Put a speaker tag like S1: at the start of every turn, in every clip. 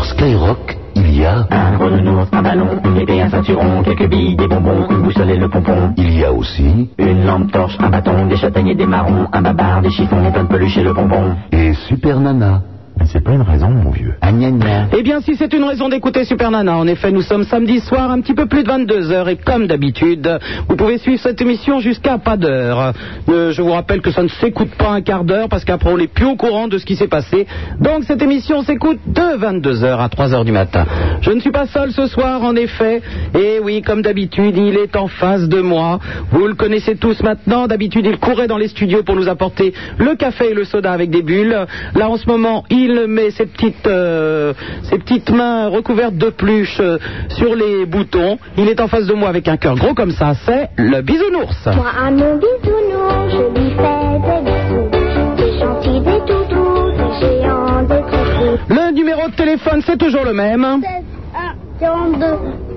S1: Skyrock, il y a...
S2: Un renounours, un ballon, une épée, un ceinturon, quelques billes, des bonbons, une boussole et le pompon.
S1: Il y a aussi...
S2: Une lampe torche, un bâton, des champagnes et des marrons, un babar, des chiffons, plein de peluches et le bonbon.
S1: Et Super Nana.
S3: Mais c'est pas une raison, mon vieux.
S1: Ah, gna, gna.
S4: Eh bien, si c'est une raison d'écouter Super Nana, en effet, nous sommes samedi soir, un petit peu plus de 22 heures, et comme d'habitude, vous pouvez suivre cette émission jusqu'à pas d'heure. Euh, je vous rappelle que ça ne s'écoute pas un quart d'heure, parce qu'après, on n'est plus au courant de ce qui s'est passé. Donc, cette émission s'écoute de 22 heures à 3 heures du matin. Je ne suis pas seul ce soir, en effet. Et Eh oui, comme d'habitude, il est en face de moi. Vous le connaissez tous maintenant. D'habitude, il courait dans les studios pour nous apporter le café et le soda avec des bulles. Là, en ce moment, il met ses petites, euh, ses petites mains recouvertes de pluche euh, sur les boutons. Il est en face de moi avec un cœur gros comme ça. C'est le bisounours.
S5: Moi à mon bisounours, je lui fais des bisous. Des gentils, des toutous, des géants, des coucous.
S4: Le numéro de téléphone, c'est toujours le même.
S5: 16, 1, 02,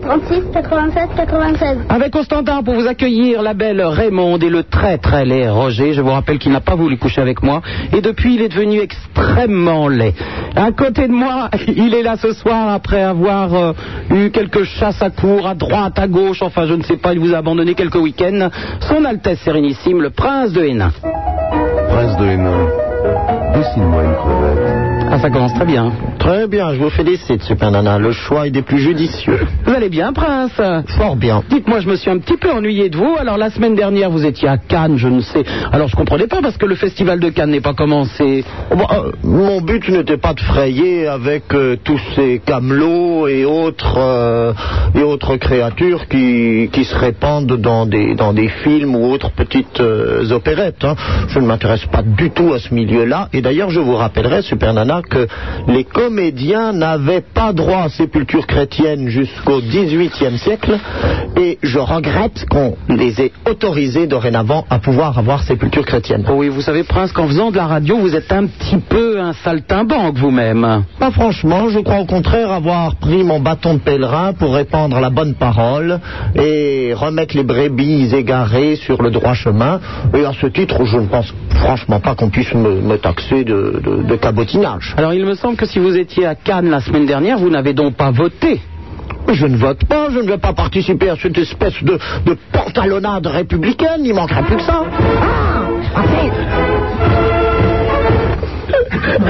S5: 36, 96, 96.
S4: Avec au standard pour vous accueillir la belle Raymond et le traître, elle est Roger. Je vous rappelle qu'il n'a pas voulu coucher avec moi. Et depuis, il est devenu extrêmement laid. À côté de moi, il est là ce soir après avoir euh, eu quelques chasses à court, à droite, à gauche. Enfin, je ne sais pas, il vous a abandonné quelques week-ends. Son Altesse Sérénissime, le prince de Hénin.
S1: Prince de Hénin, dessine-moi une crevette.
S4: Ah, ça commence très bien.
S3: Très bien, je vous félicite, Super Nana. Le choix est des plus judicieux.
S4: Vous allez bien, prince
S3: Fort bien.
S4: Dites-moi, je me suis un petit peu ennuyé de vous. Alors, la semaine dernière, vous étiez à Cannes, je ne sais. Alors, je comprenais pas parce que le festival de Cannes n'est pas commencé.
S3: Oh, bah, euh, mon but n'était pas de frayer avec euh, tous ces camelots et autres, euh, et autres créatures qui, qui se répandent dans des, dans des films ou autres petites euh, opérettes. hein. Je ne m'intéresse pas du tout à ce milieu-là. Et d'ailleurs, je vous rappellerai, Super Nana, que les comédiens n'avaient pas droit à sépulture chrétienne jusqu'au XVIIIe siècle. Et je regrette qu'on les ait autorisés dorénavant à pouvoir avoir sépulture chrétienne.
S4: Oh oui, vous savez, prince, qu'en faisant de la radio, vous êtes un petit peu un saltimbanque vous-même.
S3: Pas franchement, je crois au contraire avoir pris mon bâton de pèlerin pour répandre la bonne parole et remettre les brebis égarées sur le droit chemin. Et à ce titre, je ne pense franchement pas qu'on puisse me, me taxer de, de- de cabotinage.
S4: Alors, il me semble que si vous étiez à Cannes la semaine dernière, vous n'avez donc pas voté.
S3: Je ne vote pas, je ne vais pas participer à cette espèce de, de pantalonnade républicaine, il manquerait plus que ça.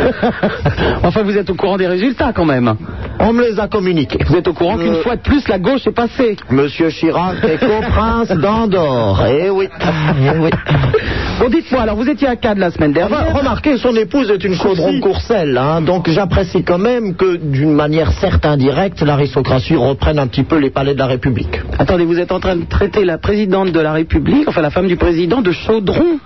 S4: Enfin, vous êtes au courant des résultats quand même.
S3: On me les a communiqués.
S4: Vous êtes au courant qu'une
S3: Euh.
S4: fois de plus, la gauche est passée.
S3: Monsieur Chirac est co-prince d'Andorre. Eh oui. Eh oui.
S4: Bon, dites-moi, alors, vous étiez à Cannes la semaine
S3: Enfin,
S4: dernière.
S3: remarquez, son épouse est une chaudron courcelle, hein, donc j'apprécie quand même que, d'une manière certes indirecte, l'aristocratie reprenne un petit peu les palais de la République.
S4: Attendez, vous êtes en train de traiter la présidente de la République, enfin la femme du président, de chaudron.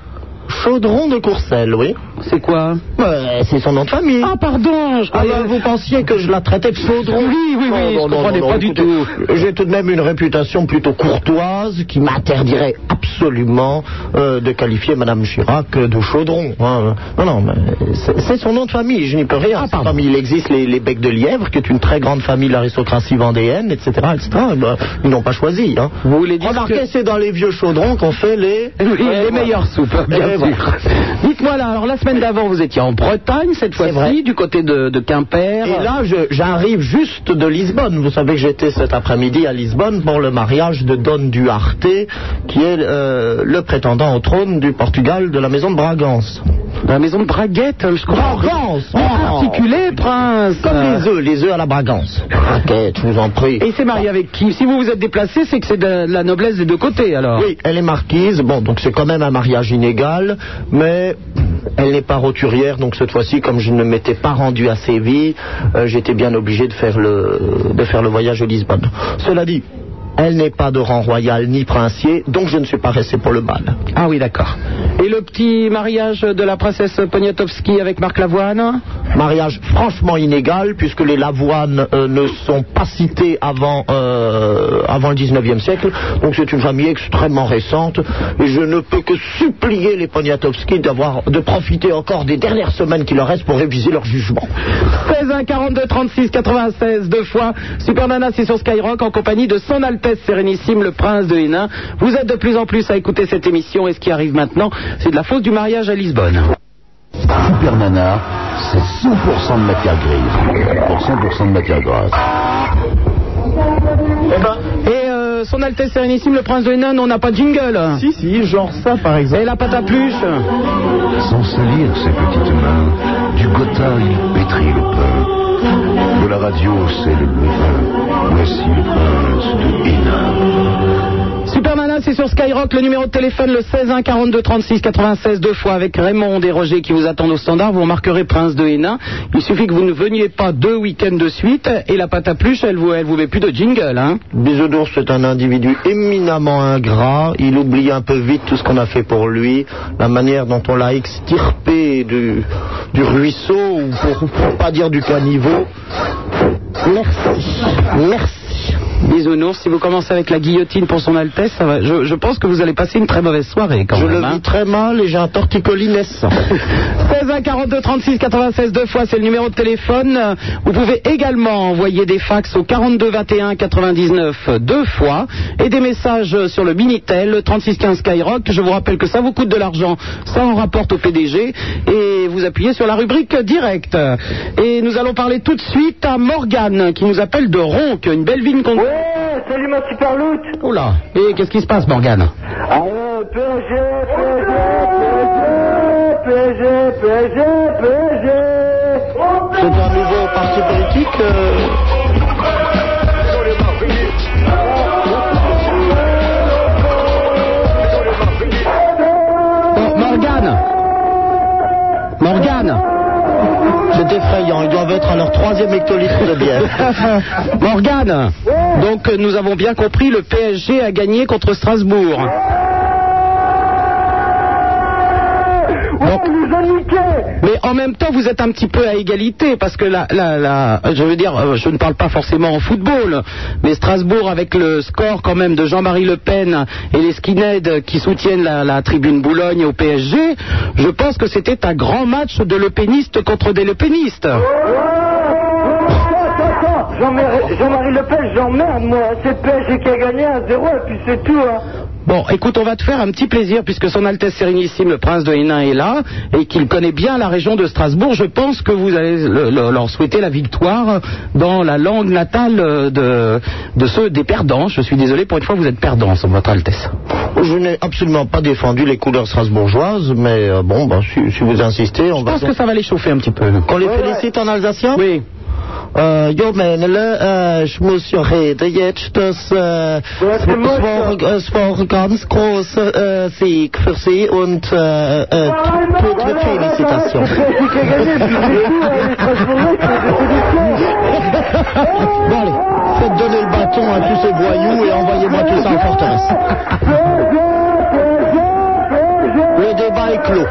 S3: Chaudron de Courcelles, oui.
S4: C'est quoi
S3: Euh, c'est son nom de famille.
S4: Ah, pardon, je
S3: Ah
S4: croyais-
S3: ben, vous pensiez que je la traitais de chaudron
S4: Oui, oui, oui,
S3: Non,
S4: je
S3: non, non,
S4: comprenais
S3: non, non,
S4: pas du
S3: écoutez,
S4: tout.
S3: J'ai tout de même une réputation plutôt courtoise qui m'interdirait absolument euh, de qualifier Madame Chirac euh, de chaudron. hein. Non, non, mais c'est- c'est son nom de famille, je n'y peux
S4: Ah,
S3: rien. Cette famille, il existe les, les Becs de Lièvre, qui est une très grande famille de l'aristocratie vendéenne, etc. etc. Eh ben, ils n'ont pas choisi. Hein.
S4: Vous voulez dire
S3: Remarquez,
S4: que-
S3: c'est dans les vieux chaudrons qu'on fait les...
S4: Oui,
S3: Ouais,
S4: les
S3: voilà.
S4: meilleures soupes,
S3: Eh,
S4: bien
S3: voilà.
S4: sûr. Dites-moi là, alors la semaine d'avant, vous étiez en Bretagne, cette
S3: vrai.
S4: fois-ci, du côté de, de Quimper.
S3: Et là, je- j'arrive juste de Lisbonne. Vous savez que j'étais cet après-midi à Lisbonne pour le mariage de Don Duarte, qui est euh, le prétendant au trône du Portugal de la maison de Bragance.
S4: Dans la maison de Braguette, je crois.
S3: Bragance
S4: Oh, articulé, prince
S3: Comme les œufs, les œufs à la Bragance. Braguette, je vous en prie.
S4: Et il s'est marié avec qui Si vous vous êtes déplacé, c'est que c'est de la noblesse des deux côtés, alors.
S3: Oui, elle est marquise, bon, donc c'est quand même un mariage inégal, mais elle n'est pas roturière, donc cette fois-ci, comme je ne m'étais pas rendu à Séville, euh, j'étais bien obligé de faire, le, de faire le voyage à Lisbonne. Cela dit, elle n'est pas de rang royal ni princier, donc je ne suis pas resté pour le bal.
S4: Ah oui, d'accord. Et le petit mariage de la princesse Poniatowski avec Marc Lavoine
S3: Mariage franchement inégal, puisque les Lavoines euh, ne sont pas cités avant, euh, avant le 19e siècle. Donc c'est une famille extrêmement récente. Et je ne peux que supplier les Poniatowski d'avoir, de profiter encore des dernières semaines qui leur restent pour réviser leur jugement.
S4: 16 1 42 36 96 deux fois. Super Nana, c'est sur Skyrock en compagnie de son Altesse Sérénissime, le Prince de Hénin. Vous êtes de plus en plus à écouter cette émission et ce qui arrive maintenant, c'est de la faute du mariage à Lisbonne.
S1: Super Nana, c'est 100% de matière grise pour 100% de matière grasse.
S6: Eh ben.
S4: Et euh, son Altesse Sérénissime, le Prince de Hénin, on n'a pas de jingle.
S6: Si, si, genre ça par exemple.
S4: Et la pâte à pluche
S1: Sans salir ses petites mains, du gotha il pétrit le pain. De la radio, c'est le levain. Voici le prince de Hénin.
S4: Super Nana, c'est sur Skyrock, le numéro de téléphone le 16 1 42 36 96 deux fois avec Raymond et Roger qui vous attendent au standard. Vous remarquerez Prince de Hénin. Il suffit que vous ne veniez pas deux week-ends de suite et la pâte à pluche, elle vous, elle vous met plus de jingle. Hein.
S3: Bisounours est un individu éminemment ingrat. Il oublie un peu vite tout ce qu'on a fait pour lui, la manière dont on l'a extirpé du, du ruisseau, ou pour, pour pas dire du caniveau. Merci. Merci.
S4: Bisounours, si vous commencez avec la guillotine pour son Altesse, ça va- je, je pense que vous allez passer une très mauvaise soirée quand
S3: Je
S4: même.
S3: le
S4: hein.
S3: vis très mal et j'ai un torticolis naissant.
S4: 16 1 42 36 96 deux fois, c'est le numéro de téléphone. Euh, Vous pouvez également envoyer des fax au 42 21 99 deux fois et des messages sur le Minitel le 36 15 Skyrock. Je vous rappelle que ça vous coûte de l'argent, ça on rapporte au PDG et vous appuyez sur la rubrique direct. Et nous allons parler tout de suite à Morgane qui nous appelle de Ronc, une belle ville qu'on...
S7: Ouais, salut mon super loot
S4: Oula, et qu'est-ce qui se passe Morgane
S7: Allez, PSG, PSG, PSG, PSG, PSG,
S3: C'est un nouveau parti politique. euh,
S4: Oh, Morgane Morgane
S3: C'est effrayant. Ils doivent être à leur troisième hectolitre de bière.
S4: Morgane, donc euh, nous avons bien compris, le PSG a gagné contre Strasbourg. Donc- mais en même temps, vous êtes un petit peu à égalité parce que la, la, la- je veux dire, euh, je ne parle pas forcément en football, mais Strasbourg avec le score quand même de Jean-Marie Le Pen et les skinheads qui soutiennent la, la tribune Boulogne au PSG, je pense que c'était un grand match de Le Peniste contre des Le Penistes.
S7: PSG. Jean-Marie Jean-Marie Le Pen, j'emmerde moi. C'est le PSG qui a gagné 1-0 et puis c'est tout. Hein.
S4: Bon, écoute, on va te faire un petit plaisir puisque Son Altesse Sérénissime, le prince de Hénin, est là et qu'il connaît bien la région de Strasbourg. Je pense que vous allez le- le- leur souhaiter la victoire dans la langue natale euh, de, de ceux des perdants. Je suis désolé, pour une fois, vous êtes perdants, Votre Altesse.
S3: Je n'ai absolument pas défendu les couleurs strasbourgeoises, mais euh, bon, bah, si, si vous insistez, on
S4: Je
S3: va.
S4: pense que ça va les chauffer un petit peu.
S3: Qu'on les félicite en alsacien
S4: Oui.
S3: Euh, yo, men, le, euh, je me suis redet, das, euh, es war, es war ganz großer, euh, Sieg für Sie und, euh, euh, toutes mes félicitations. Bon, allez, faites donner le bâton à tous ces voyous et envoyez-moi tous ça en forteresse. Le débat est clos.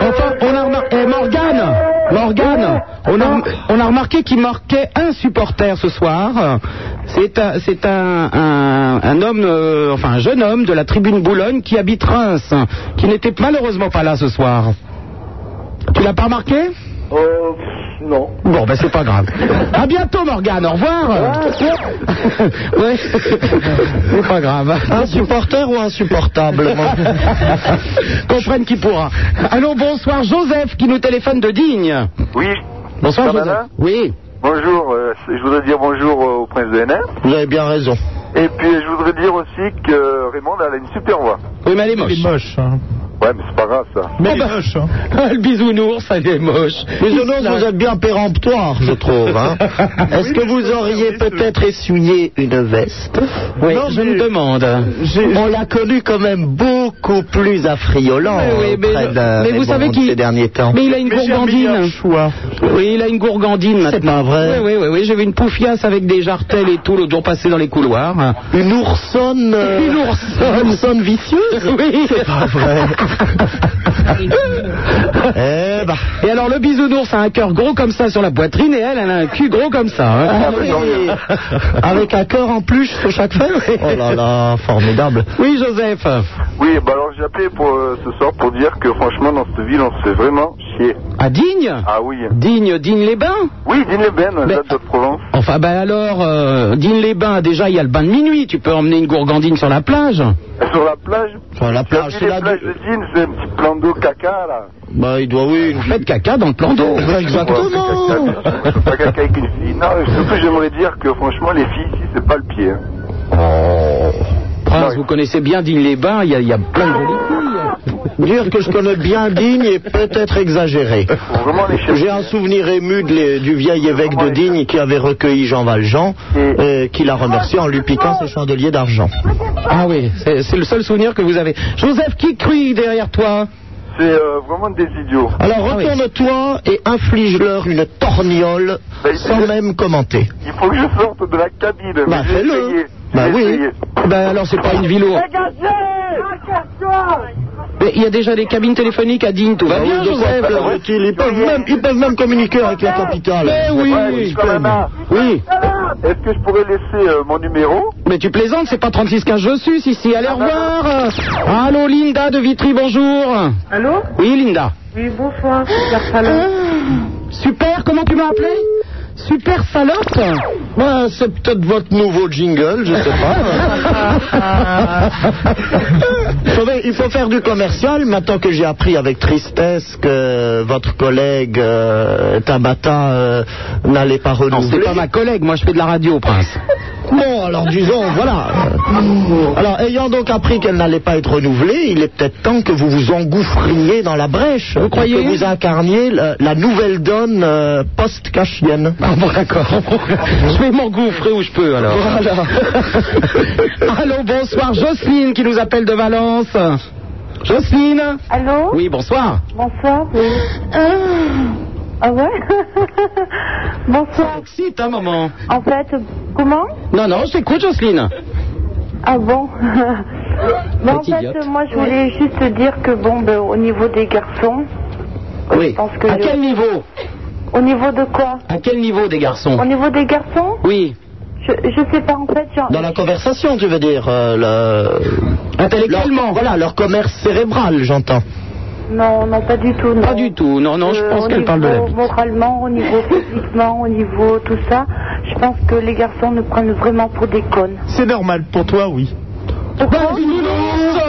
S4: Enfin, on a remarqué. Morgane Morgane on a, on a remarqué qu'il marquait un supporter ce soir. C'est un, c'est un, un- un homme, euh, enfin un jeune homme de la tribune Boulogne qui habite Reims, qui n'était malheureusement pas là ce soir. Tu l'as pas remarqué
S7: Euh, pff, non.
S4: Bon, ben c'est pas grave. À bientôt, Morgane. Au revoir. ouais, c'est pas grave.
S3: Un supporter ou insupportable moi
S4: Comprenne qui pourra. Allô, bonsoir, Joseph qui nous téléphone de Digne.
S8: Oui,
S4: Bonsoir,
S8: Madame
S4: Joseph.
S8: Alain
S4: Oui.
S8: bonjour. euh, je voudrais dire bonjour euh, au prince de Hénin.
S3: Vous avez bien raison.
S8: Et puis je voudrais dire aussi que euh, Raymond elle a une super voix.
S4: Oui, mais elle est
S6: Elle est
S4: moche. Oh, bah.
S6: moche. hein.
S8: Ouais, mais c'est pas grave ça.
S6: Mais elle est moche. hein.
S4: Ah, le bisounours, elle est moche.
S3: Bisounours, vous êtes bien péremptoire, je trouve. hein. Est-ce que vous auriez peut-être essuyé une veste
S4: Oui,
S3: Non,
S4: je
S3: mais
S4: me demande.
S3: On l'a connu quand même beaucoup plus affriolant
S4: Mais oui, mais
S3: auprès
S4: le-
S3: de
S4: mais vous
S3: Raymond
S4: savez qu'il-
S3: ces derniers temps.
S4: Mais il a une
S6: Mais j'ai un meilleur
S4: gourgandine.
S6: choix.
S4: Oui, il a une gourgandine
S3: pas
S4: maintenant.
S3: vrai.
S4: Oui, oui, oui, oui. J'ai vu une poufiasse avec des jartelles et tout l'autre jour passé dans les couloirs.
S3: Une oursonne. euh,
S4: Une oursonne.
S3: une oursonne vicieuse
S4: Oui.
S3: C'est pas vrai. eh ben.
S4: Et alors le bisounours a un cœur gros comme ça sur la poitrine et elle, elle a un cul gros comme ça. hein.
S3: Ah oui. Avec un cœur en plus sur chaque feuille Oh là là, formidable.
S4: Oui, Joseph.
S8: Oui, bah alors j'ai appelé pour euh, ce soir pour dire que franchement dans cette ville on se fait vraiment chier.
S4: À Digne
S8: Ah oui.
S4: Digne, Digne-les-Bains
S8: Oui, Dine Ben,
S4: Mais-
S8: date de Provence.
S4: Enfin, ben alors, euh, Digne-les-Bains, déjà, il y a le bain de minuit. Tu peux emmener une gourgandine sur la plage.
S8: Et sur la plage.
S3: Sur la
S8: tu as
S3: plage,
S8: vu
S3: c'est
S8: les
S3: la
S8: plages de Dine, c'est un petit plan d'eau caca là.
S3: Bah, il doit, oui, une vie.
S4: Faites caca dans le plan d'eau.
S3: Exactement.
S8: Je fais pas caca avec une fille. Non, surtout, j'aimerais dire que franchement, les filles ici, c'est pas le pied. hein.
S4: Prince, vous connaissez bien Digne-les-Bains, il y, a- il y a plein de jolies filles.
S3: Dire que je connais bien Digne est peut-être exagéré.
S8: Faut vraiment les chercher.
S3: J'ai un souvenir ému de les- du vieil évêque de Digne qui avait recueilli Jean Valjean, et qui l'a remercié en lui piquant ses chandeliers d'argent.
S4: Ah oui, c'est c'est le seul souvenir que vous avez. Joseph, qui crie derrière toi
S8: C'est euh, vraiment des idiots.
S3: Alors
S4: Ah
S3: retourne-toi et inflige-leur une torgnole sans même commenter.
S8: Bah, Il faut que je sorte de la cabine. mais
S3: Bah
S8: je vais essayer.
S3: fais-le.
S8: Je
S3: Bah
S8: vais
S3: oui.
S8: essayer.
S4: Ben alors, c'est pas une ville où-
S7: Dégagez
S4: Mais Il y a déjà des cabines téléphoniques à Digne,
S8: Bah
S4: tout va
S3: Ah oui,
S4: bien,
S3: de quoi
S4: Joseph.
S3: parle-t-il ils, peuvent même, ils peuvent même communiquer avec la capitale.
S4: Mais oui,
S8: Ouais, je suis
S3: ils
S8: quand même hein. là.
S3: peuvent. Oui.
S8: Est-ce que je pourrais laisser euh, mon numéro
S4: Mais tu plaisantes, c'est pas 3615 je suce ici.
S8: Ah,
S4: Allez, au
S8: bah
S4: revoir. Allô, Linda de Vitry, bonjour.
S7: Allô
S4: Oui, Linda. Ah,
S7: Oui, bonsoir, Pierre Salon.
S4: Super, comment tu m'as appelé Super salope
S3: Bah, c'est peut-être votre nouveau jingle, je sais pas. Vous savez, il faut faire du commercial. Maintenant que j'ai appris avec tristesse que votre collègue euh, Tabata euh, n'allait pas
S4: Non,
S3: renouveler.
S4: c'est pas ma collègue, moi je fais de la radio, Prince.
S3: Bon, alors disons, voilà. Alors, ayant donc appris qu'elle n'allait pas être renouvelée, il est peut-être temps que vous vous engouffriez dans la brèche. Vous
S4: croyez
S3: Que vous incarniez la, la nouvelle donne euh, post-cachienne.
S4: Ah bon, d'accord. je vais m'engouffrer où je peux, alors.
S3: Voilà.
S4: Allô, bonsoir, Jocelyne qui nous appelle de Valence. Jocelyne
S7: Allô
S4: Oui, bonsoir.
S7: Bonsoir. oui. Ah ouais Bonsoir.
S4: Si, ta hein, maman.
S7: En fait, comment
S4: Non, non, je t'écoute, Jocelyne.
S7: Ah bon Mais en
S4: Petite
S7: fait,
S4: idiote.
S7: moi, je voulais juste dire que, bon, ben, au niveau des garçons,
S4: Oui.
S7: pense que
S4: à
S7: je-
S4: quel niveau
S7: au niveau de quoi
S4: À quel niveau des
S7: Au
S4: garçons
S7: niveau des garçons
S4: Oui.
S7: je, je sais pas, en fait, genre...
S3: Dans la conversation, tu veux dire euh, le...
S4: Intellectuellement.
S3: Leur, voilà, leur commerce cérébral, j'entends.
S7: Non, non, pas du tout, non.
S4: Pas du tout. Non, non, je
S7: Euh,
S4: pense
S7: au
S4: qu'elle parle de la
S7: niveau
S4: bite.
S7: Moralement, au niveau physiquement, au niveau tout ça, je pense que les garçons nous prennent vraiment pour des connes.
S6: C'est normal, pour toi, oui.
S4: Bah, une immense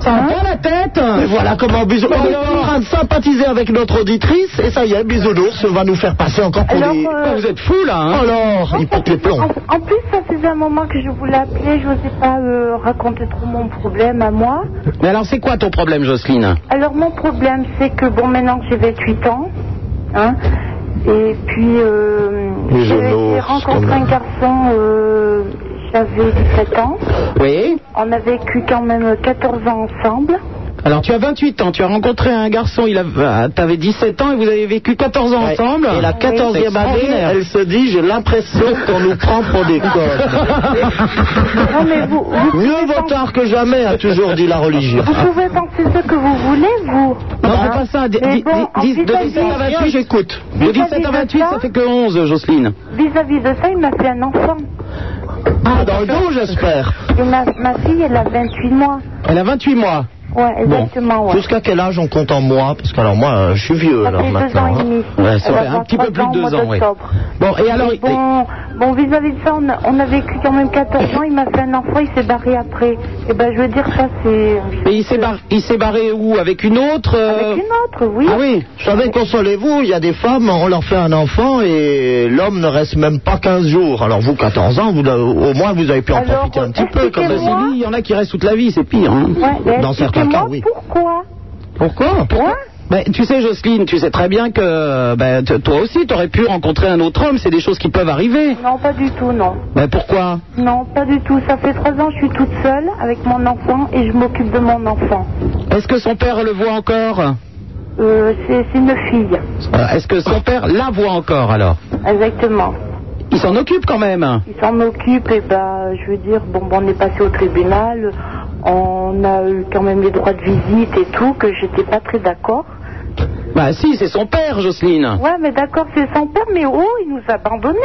S4: Ça va pas la tête
S3: Et voilà comment Bisounours on est en train de sympathiser avec notre auditrice, et ça y est, Bisounours va nous faire passer encore pour
S7: Alors,
S3: des...
S7: euh,
S4: Vous êtes fous, là, hein
S3: Alors, il pète les plombs.
S7: En, en plus, ça faisait un moment que je voulais appeler, je n'osais pas euh, raconter trop mon problème à moi.
S4: Mais alors, c'est quoi ton problème, Jocelyne
S7: Alors mon problème, c'est que bon, maintenant que j'ai 28 ans, hein, et puis euh,
S3: Les
S7: j'avais- j'ai
S3: genoux, quand
S7: rencontré
S3: même.
S7: un garçon, euh, j'avais 17 ans,
S4: Oui.
S7: on a vécu quand même 14 ans ensemble.
S4: Alors, tu as 28 ans, tu as rencontré un garçon, il a, ah, t'avais 17 ans et vous avez vécu 14 ans ensemble.
S3: Et la
S4: C'est
S3: 14e année,
S4: extraordinaire.
S3: elle se dit, j'ai l'impression qu'on nous prend pour des connes.
S7: Non mais vous, vous,
S3: Mieux vaut tard que jamais, a toujours dit la religion.
S7: vous pouvez penser ce que vous voulez,
S4: Non,
S7: vous. Hein.
S4: c'est pas ça. Dix-
S7: Mais
S4: dix-
S7: bon, en
S4: dix- de 17 à
S7: vis-à-vis-
S4: 28,
S3: j'écoute.
S4: De 17 à 28, ça fait que 11, Jocelyne.
S7: Vis-à-vis de ça, il m'a fait un enfant.
S3: Ah, dans le dos, j'espère.
S7: Et ma, ma fille, elle a 28 mois.
S4: Elle a 28 mois.
S7: Ouais, exactement, ouais.
S3: Jusqu'à quel âge on compte en mois Parce que alors moi, euh, je suis vieux
S7: Ça
S3: alors
S7: fait deux
S3: maintenant.
S7: ans et
S3: hein.
S7: demi.
S4: Ouais, ça
S7: Elle
S4: fait
S7: va
S4: un
S7: avoir
S4: petit peu
S7: trois
S4: plus de
S7: ans
S4: deux
S7: au mois
S4: ans, ouais.
S7: d'octobre.
S4: Bon, et alors,
S7: Bon, bon, vis-à-vis de ça, on a, on a vécu quand même 14 ans, il m'a fait un enfant, il s'est barré après. Et ben, je veux dire, ça, c'est.
S4: et il s'est bar- il s'est barré où Avec une autre euh,
S7: Avec une autre, oui.
S4: Ah oui.
S3: Vous savez, consolez-vous, il y a des femmes, on leur fait un enfant et l'homme ne reste même pas 15 jours. Alors vous, 14 ans, vous, au moins vous avez pu en
S7: Alors,
S3: profiter un petit peu quand
S4: Bah,
S3: même.
S7: expliquez-moi.
S4: c'est lui, il y en a qui restent toute la vie, c'est pire. hein.
S7: Ouais, ben,
S3: Dans certains cas,
S7: expliquez-moi
S3: oui.
S7: Pourquoi
S3: Pourquoi
S7: Pourquoi
S4: Ben, tu sais, Jocelyne, tu sais très bien que ben, t- toi aussi, tu aurais pu rencontrer un autre homme. C'est des choses qui peuvent arriver.
S7: Non, pas du tout, non.
S4: Ben, pourquoi
S7: Non, pas du tout. Ça fait 3 ans, je suis toute seule avec mon enfant et je m'occupe de mon enfant.
S4: Est-ce que son père le voit encore
S7: Euh, c'est c'est une fille,
S4: Euh, Est-ce que son père la voit encore alors
S7: exactement.
S4: Il s'en occupe quand même.
S7: Il s'en occupe et bah, je veux dire, bon, bon, on est passé au tribunal, on a eu quand même les droits de visite et tout, que j'étais pas très d'accord.
S4: Ben si, c'est son père, Jocelyne.
S7: Ouais, mais d'accord, c'est son père, mais oh, il nous a abandonnés.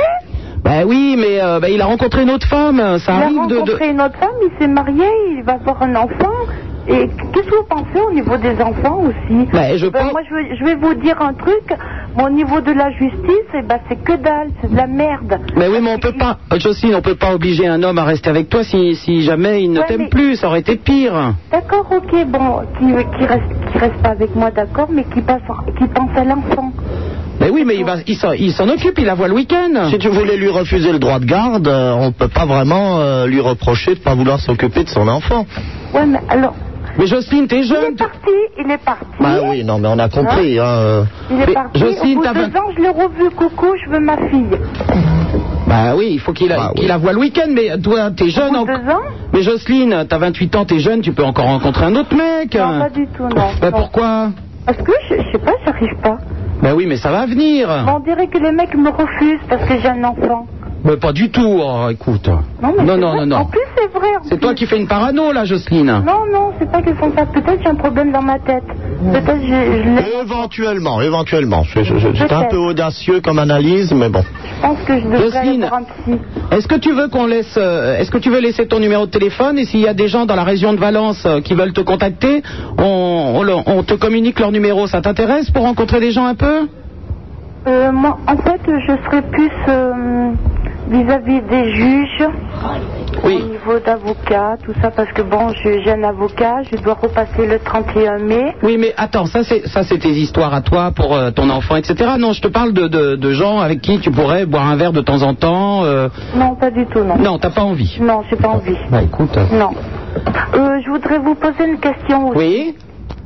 S4: Ben oui, mais euh, ben, il a rencontré une autre femme. Ça
S7: Il a
S4: arrive de, de-
S7: rencontré une autre femme, il s'est marié, il va avoir un enfant. Et qu'est-ce que vous pensez au niveau des enfants aussi
S4: Ben, je
S7: Ben,
S4: pense-
S7: Moi, je, veux- je vais vous dire un truc. Mon niveau de la justice, eh ben, c'est que dalle, c'est de la merde.
S4: Mais oui, mais on peut pas, euh, Jocelyne, on peut pas obliger un homme à rester avec toi si, si jamais il ne
S7: Ouais,
S4: t'aime
S7: mais-
S4: plus, ça aurait été pire.
S7: D'accord, ok, bon, qui, qui reste, qui reste pas avec moi, d'accord, mais qui, passe, qui pense à l'enfant.
S4: Mais Ben, oui, mais il va, il s'en, il s'en occupe, il la voit le week-end.
S3: Si tu voulais lui refuser le droit de garde, euh, on ne peut pas vraiment euh, lui reprocher de ne pas vouloir s'occuper de son enfant.
S7: Ouais, mais alors,
S4: Mais Jocelyne, t'es
S7: il est
S4: jeune.
S7: parti, il est parti.
S3: Bah oui, non, mais on a compris. hein, euh.
S7: Il est
S4: Mais
S7: parti.
S4: Jocelyne,
S7: Au
S4: t'as
S7: bout de
S4: vingt-
S7: deux ans, je l'ai revu. Coucou, je veux ma fille.
S4: Bah oui, il faut qu'il, a-
S3: Bah oui.
S4: qu'il la voit le week-end, mais toi, t'es jeune
S7: Au bout de
S4: encore.
S7: deux ans
S4: Mais Jocelyne, t'as 28 ans, t'es jeune, tu peux encore rencontrer un autre mec.
S7: Non, pas du tout, non.
S4: Bah
S7: non.
S4: pourquoi
S7: Parce que je, je sais pas, j'arrive pas.
S4: Bah oui, mais ça va venir.
S7: Mais on dirait que les mecs me refusent parce que j'ai un enfant.
S4: Mais pas du tout, oh, écoute.
S7: mais
S4: non,
S7: c'est
S4: non,
S7: vrai.
S4: non,
S7: En
S4: non.
S7: plus, c'est vrai. en
S4: C'est
S7: plus.
S4: toi qui fais une parano, là, Jocelyne.
S7: Non, non, c'est pas qu'ils font ça. Peut-être j'ai un problème dans ma tête. Peut-être je, je, l'ai-
S3: Éventuellement, éventuellement. C'est- c'est- C'est un
S7: Peut-être.
S3: peu audacieux comme analyse, mais bon.
S7: je pense que je devrais aller
S4: Jocelyne.
S7: voir un psy.
S4: Est-ce que tu veux qu'on laisse, euh, est-ce que tu veux laisser ton numéro de téléphone et s'il y a des gens dans la région de Valence euh, qui veulent te contacter, on, on leur- on te communique leur numéro. Ça t'intéresse pour rencontrer des gens un peu
S7: Euh, moi, en fait, je serais plus euh, vis-à-vis des juges,
S4: Oui.
S7: au niveau d'avocat, tout ça, parce que bon, je- j'ai un avocat, je dois repasser le 31 mai.
S4: Oui, mais attends, ça c'est ça c'est tes histoires à toi pour euh, ton enfant, etc. Non, je te parle de, de, de gens avec qui tu pourrais boire un verre de temps en temps. euh,
S7: Non, pas du tout, non.
S4: Non, t'as pas envie.
S7: Non, j'ai pas envie.
S4: Bah écoute.
S7: Non. Euh, je voudrais vous poser une question aussi.
S4: Oui.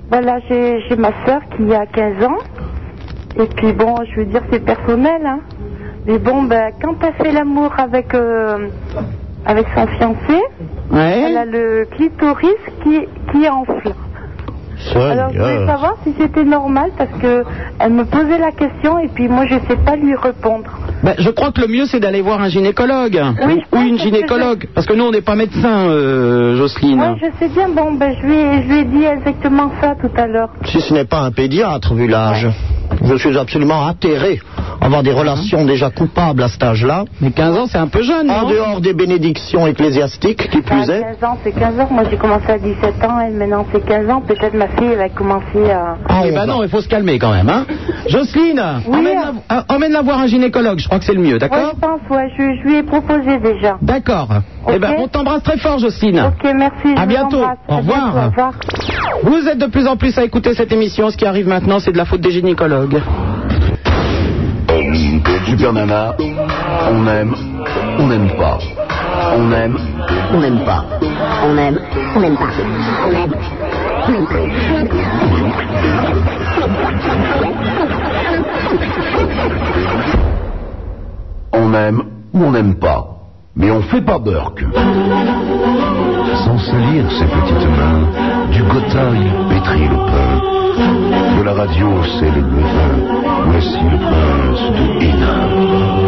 S7: Voilà, j'ai j'ai ma soeur qui a 15 ans. Et puis bon, je veux dire, c'est personnel. Hein. Mais bon, ben, quand elle fait l'amour avec, euh, avec son fiancé, elle a
S4: Ouais.
S7: le clitoris qui, qui enfle. Alors, je voulais
S3: Seigneur.
S7: savoir si c'était normal parce que elle me posait la question et puis moi, je sais pas lui répondre.
S4: Bah, je crois que le mieux c'est d'aller voir un gynécologue
S7: Oui, je
S4: ou
S7: pense
S4: une
S7: que c'est-
S4: gynécologue, parce que nous on n'est pas médecin, euh, Jocelyne.
S7: Moi, je sais bien, bon, ben, je, lui ai, je lui ai dit exactement ça tout à l'heure.
S3: Si ce n'est pas un pédiatre, vu l'âge. Je suis absolument atterré. Avoir des relations déjà coupables à cet âge-là,
S4: Mais 15 ans c'est un peu jeune,
S3: en
S4: non
S3: dehors des bénédictions ecclésiastiques qui plus est.
S7: À 15 Bah, ans, c'est 15 ans. Moi, j'ai commencé à 17 ans et maintenant, c'est 15 ans. Peut-être ma fille, elle a commencé à.
S3: Ah,
S4: Eh ben non, il faut se calmer quand même, hein. Jocelyne,
S7: hein.
S4: emmène-la euh, emmène-la voir un gynécologue, je crois que c'est le mieux,
S7: Ouais,
S4: d'accord
S7: je pense, ouais, je, je lui ai proposé déjà.
S4: D'accord. Eh ben,
S7: Ok.
S4: on t'embrasse très fort, Jocelyne.
S7: Ok, merci. je
S4: À
S7: vous
S4: bientôt.
S7: embrasse.
S4: Au
S7: À
S4: revoir.
S7: bientôt, Au revoir.
S4: Vous êtes de plus en plus à écouter cette émission. Ce qui arrive maintenant, c'est de la faute des gynécologues.
S1: Super Nana, on aime, on n'aime pas. On aime, on n'aime pas.
S9: On aime, on n'aime pas. On aime, on n'aime pas.
S1: On aime ou on n'aime pas. Mais on fait pas Burke. Sans salir ses petites mains, du gotha il pétrit le pain. De la radio, c'est le levain. Voici le prince de Hénin.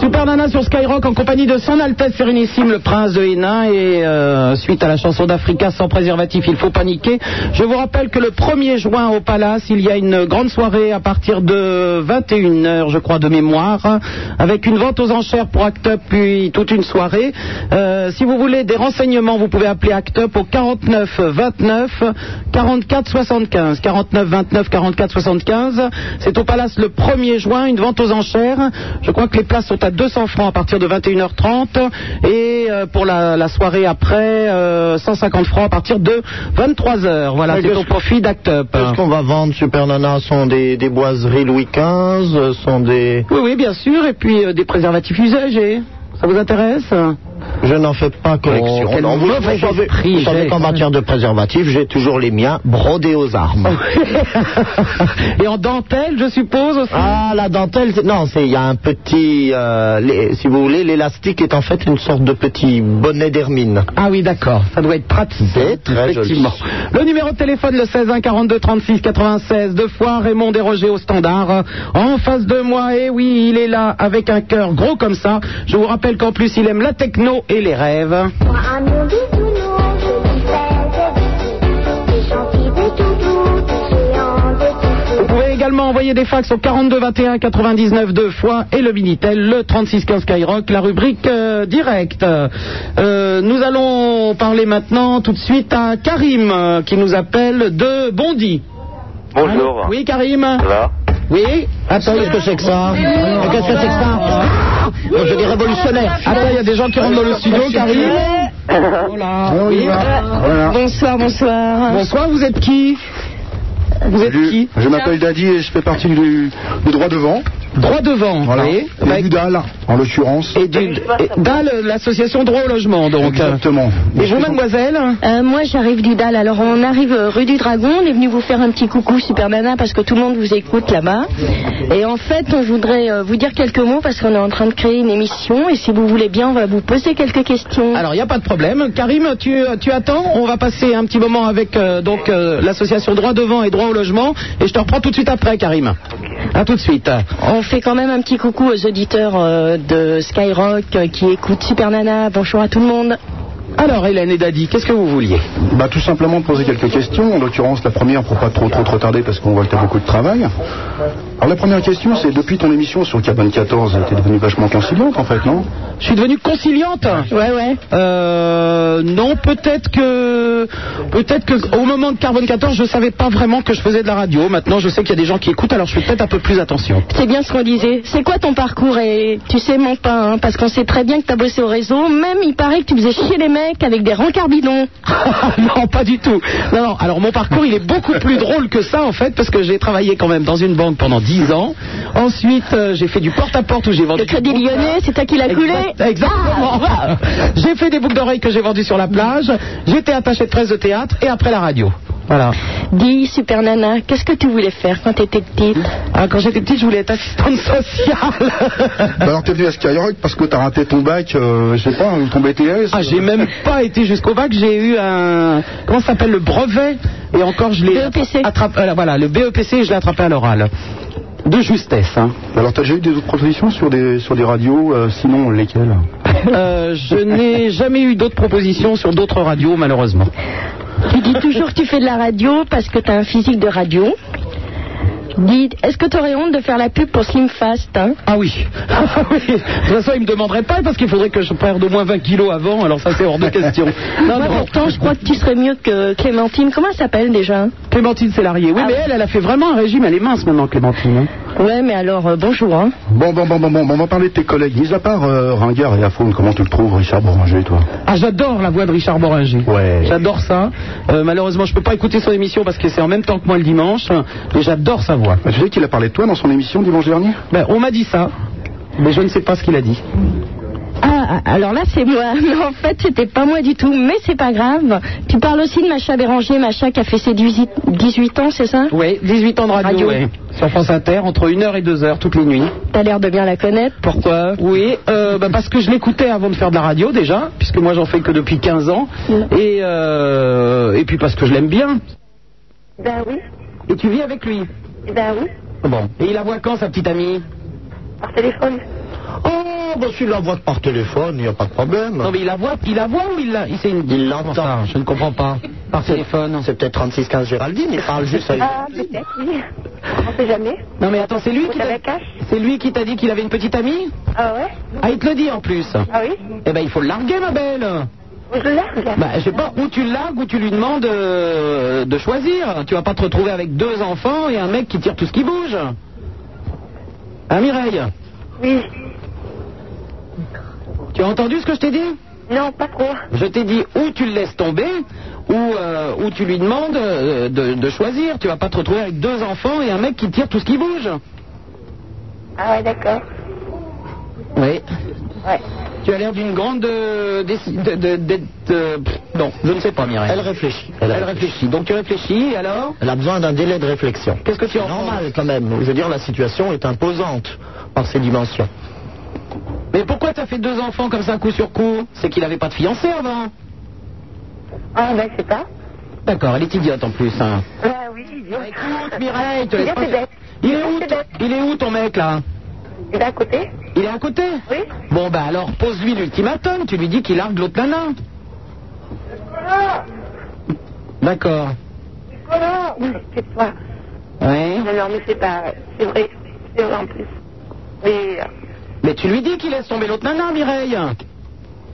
S4: Super Nana sur Skyrock en compagnie de son Altesse Sérénissime, le prince de Hénin. Et euh, suite à la chanson d'Africa sans préservatif, il faut paniquer. Je vous rappelle que le 1er juin au Palace, il y a une grande soirée à partir de 21h, je crois, de mémoire, avec une vente aux enchères pour Act Up, puis toute une soirée. Euh, si vous voulez des renseignements, vous pouvez appeler Act Up au 49 29 44 75. 49 29 44 75. C'est au Palace le 1er juin, une vente aux enchères. Je crois que les places sont à 200 francs à partir de 21h30 et euh, pour la, la soirée après, euh, 150 francs à partir de 23h. Voilà,
S3: Mais
S4: c'est
S3: qu'est-ce
S4: au profit d'Act Up.
S3: Ce qu'on va vendre, Super Nana, sont des, des boiseries Louis XV, euh, sont des...
S4: Oui, oui, bien sûr. Et puis euh, des préservatifs usagés. Ça vous intéresse Oh,
S3: Je n'en fais pas collection.
S4: quel
S3: Non, vous, vous
S4: mauvais
S3: savez,
S4: esprit
S3: vous savez
S4: j'ai,
S3: qu'en
S4: quand
S3: matière de préservatifs, j'ai toujours les miens brodés aux armes.
S4: Et en dentelle, je suppose aussi.
S3: Ah, la dentelle, c'est- non, c'est il y a un petit, euh, les- si vous voulez, l'élastique est en fait une sorte de petit bonnet d'hermine.
S4: Ah oui, d'accord. Ça doit être pratique.
S3: C'est très
S4: Effectivement. Le numéro de téléphone, le 16 1 42 36 96. Deux fois Raymond Desroger au standard. En face de moi, et oui, il est là avec un cœur gros comme ça. Je vous rappelle qu'en plus, il aime la techno et les rêves.
S5: Moi, un monde bisounours, je lui fais des bisous. Des gentils, des toutous, des géants, des toutous.
S4: Vous pouvez également envoyer des fax au 42 21 99 deux fois et le Minitel, le 36 15 Skyrock, la rubrique euh, directe. Euh, nous allons parler maintenant tout de suite à Karim euh, qui nous appelle de Bondy.
S8: Bonjour.
S4: Oui, Karim.
S8: Là.
S3: Oui Attends, qu'est-ce que c'est que ça Mais Qu'est-ce que c'est que ça
S4: Euh, Oh,
S3: Moi, Je dis révolutionnaire.
S6: Attends, il y a des gens qui rentrent dans le
S4: euh,
S6: studio, qui arrivent.
S10: Oh
S3: Ah oui.
S10: Bonsoir, bonsoir.
S6: Bonsoir, vous êtes qui
S10: Vous êtes qui
S11: Je m'appelle Daddy et je fais partie du, du droit devant.
S4: Droit devant,
S11: Voilà.
S4: oui.
S11: Et du DAL, en l'occurrence.
S4: Et du- et- dans le- l'association Droit au logement, donc.
S11: Exactement.
S4: Et vous, mademoiselle
S10: Euh, moi, j'arrive du DAL. Alors, on arrive euh, rue du Dragon. On est venu vous faire un petit coucou, Super Nana, parce que tout le monde vous écoute là-bas. Et en fait, on voudrait euh, vous dire quelques mots parce qu'on est en train de créer une émission. Et si vous voulez bien, on va vous poser quelques questions.
S4: Alors, il n'y a pas de problème. Karim, tu, tu attends. On va passer un petit moment avec euh, donc euh, l'association Droit Devant et Droit au Logement. Et je te reprends tout de suite après, Karim. À tout de suite.
S10: On fait quand même un petit coucou aux auditeurs euh, de Skyrock euh, qui écoutent Super Nana. Bonjour à tout le monde.
S4: Alors, Hélène et Daddy, qu'est-ce que vous vouliez
S11: Bah, tout simplement de poser quelques questions. En l'occurrence, la première, pour pas trop trop trop tarder, parce qu'on voit que tu as beaucoup de travail. Alors, la première question, c'est depuis ton émission sur Cabane 14, t'es devenue vachement conciliante, en fait, non
S4: Je suis devenue conciliante
S10: Ouais, ouais.
S4: Euh, non, peut-être que, peut-être que au moment de Carbone 14, je savais pas vraiment que je faisais de la radio. Maintenant, je sais qu'il y a des gens qui écoutent, alors je fais peut-être un peu plus attention.
S10: C'est bien ce qu'on disait. C'est quoi ton parcours Et tu sais, mon pas, hein, parce qu'on sait très bien que t'as bossé au réseau. Même, il paraît que tu faisais chier les mecs avec des rencarts bidons.
S4: non, pas du tout. Non, non. Alors mon parcours, il est beaucoup plus drôle que ça en fait, parce que j'ai travaillé quand même dans une banque pendant 10 ans. Ensuite, euh, j'ai fait du porte-à-porte où j'ai vendu.
S10: Le crédit lyonnais, c'est toi qui l'as coulé
S4: Exact-
S10: Ah,
S4: exactement. J'ai fait des boucles d'oreilles que j'ai vendues sur la plage. J'étais attaché de presse de théâtre et après la radio. Voilà.
S10: Dis, super nana, qu'est-ce que tu voulais faire quand t'étais petite
S4: Ah, quand j'étais petite, je voulais être assistante sociale.
S11: Bah, alors, t'es venu à Skyrock parce que t'as raté ton bac, euh, je sais pas, ou ton BTS.
S4: Ah, j'ai même pas été jusqu'au bac, j'ai eu un. Comment ça s'appelle le brevet Et encore, je l'ai.
S10: BEPC.
S4: attrapé- euh, voilà, le BEPC, je l'ai attrapé à l'oral. De justesse, hein.
S11: Bah, Alors, t'as déjà eu des autres propositions sur des, sur des radios, euh, sinon lesquelles
S4: Euh, je n'ai jamais eu d'autres propositions sur d'autres radios, malheureusement.
S10: Tu dis toujours que tu fais de la radio parce que t'as un physique de radio. Dis, est-ce que t'aurais honte de faire la pub pour Slim Fast hein
S4: Ah oui. Ah oui. De toute façon, ils me demanderaient pas parce qu'il faudrait que je perde au moins 20 kilos avant, alors ça c'est hors de question. Non,
S10: Moi,
S4: non.
S10: pourtant, je crois que tu serais mieux que Clémentine. Comment elle s'appelle déjà
S4: Clémentine Sélarié. Oui, mais elle, elle a fait vraiment un régime, elle est mince maintenant, Clémentine. hein.
S10: Ah Ouais, mais alors, euh, bonjour. Hein.
S11: Bon, bon, bon, bon, bon, on va parler de tes collègues. Mis à part euh, Ringard et Afaune, comment tu le trouves, Richard Boranger, toi
S4: Ah, j'adore la voix de Richard Boringer.
S11: Ouais.
S4: J'adore ça. Euh, malheureusement, je peux pas écouter son émission parce que c'est en même temps que moi le dimanche. Mais j'adore sa voix.
S11: Bah, Tu sais qu'il a parlé de toi dans son émission dimanche dernier
S4: Ben, on m'a dit ça, mais je ne sais pas ce qu'il a dit.
S10: Ah, alors là, c'est moi. Non, en fait, c'était pas moi du tout, mais c'est pas grave. Tu parles aussi de Macha Béranger, Macha qui a fait ses 18 18 ans, c'est ça
S4: Oui, 18 ans de radio.
S10: Radio.
S4: ouais. Sur France Inter, entre 1h et 2h, toutes les nuits.
S10: T'as l'air de bien la connaître.
S4: Pourquoi Oui, euh, bah, parce que je l'écoutais avant de faire de la radio déjà, puisque moi j'en fais que depuis 15 ans. Et, euh, et puis parce que je l'aime bien.
S7: Ben oui,
S4: Et tu vis avec lui
S7: ben oui,
S4: Bon. Et il la voit quand, sa petite amie
S7: par téléphone.
S3: Oh, bah s'il la voit par téléphone, il n'y a pas de problème.
S4: Non, mais il la voit, il la voit ou il la. Il, c'est une...
S3: Il l'entend.
S4: Enfin, Je ne comprends pas. Par téléphone.
S3: C'est peut-être 3615 Géraldine, il parle juste avec...
S7: Ah, peut-être, oui. On sait jamais.
S4: Non, mais attends, c'est lui
S7: Vous
S4: qui. t'a-
S7: savez, cash
S4: C'est lui qui t'a dit qu'il avait une petite amie
S7: Ah ouais
S4: Ah, il te le dit en plus.
S7: Ah oui
S4: Eh ben, il faut le larguer, ma belle.
S7: Oh, Je largue.
S4: Bah, je sais pas, ou tu le largues ou tu lui demandes euh, de choisir. Tu vas pas te retrouver avec deux enfants et un mec qui tire tout ce qui bouge. Hein, Mireille
S7: Oui.
S4: Tu as entendu ce que je t'ai dit
S7: Non, pas trop.
S4: Je t'ai dit ou tu le laisses tomber ou, euh, ou tu lui demandes euh, de, de choisir. Tu vas pas te retrouver avec deux enfants et un mec qui tire tout ce qui bouge.
S7: Ah ouais, d'accord.
S4: Oui.
S7: Ouais.
S4: Tu as l'air d'une grande. euh, déci- de- de- d'être, euh, pff, non, je ne sais pas, Mireille.
S3: Elle réfléchit.
S4: Elle réfléchit. Donc tu réfléchis, et alors
S3: Elle a besoin d'un délai de réflexion.
S4: Qu'est-ce que tu en
S3: C'est normal quand même. Je veux dire, la situation est imposante par ses dimensions.
S4: Mais pourquoi t'as fait deux enfants comme ça, coup sur coup C'est qu'il n'avait pas de fiancée avant.
S7: Ah ben, c'est pas.
S4: D'accord, elle est idiote en plus. Hein.
S7: Ben oui, idiot.
S4: Bah, écoute, Mireille, te
S7: Il
S4: laisse
S7: est
S4: pas-
S7: assez bête.
S4: Il est où
S7: C'est
S4: ton-
S7: bête.
S4: Il est où ton mec là
S7: Il est à côté
S4: Il est à côté
S7: Oui.
S4: Bon bah alors pose-lui l'ultimatum, tu lui dis qu'il largue l'autre nana.
S12: Ah,
S4: D'accord.
S7: Voilà. Oui, c'est toi.
S4: Ouais.
S7: Non, non, mais c'est pas... C'est vrai. C'est vrai en plus. Mais... euh,
S4: Oh, Mais tu lui dis qu'il laisse tomber l'autre nana, Mireille.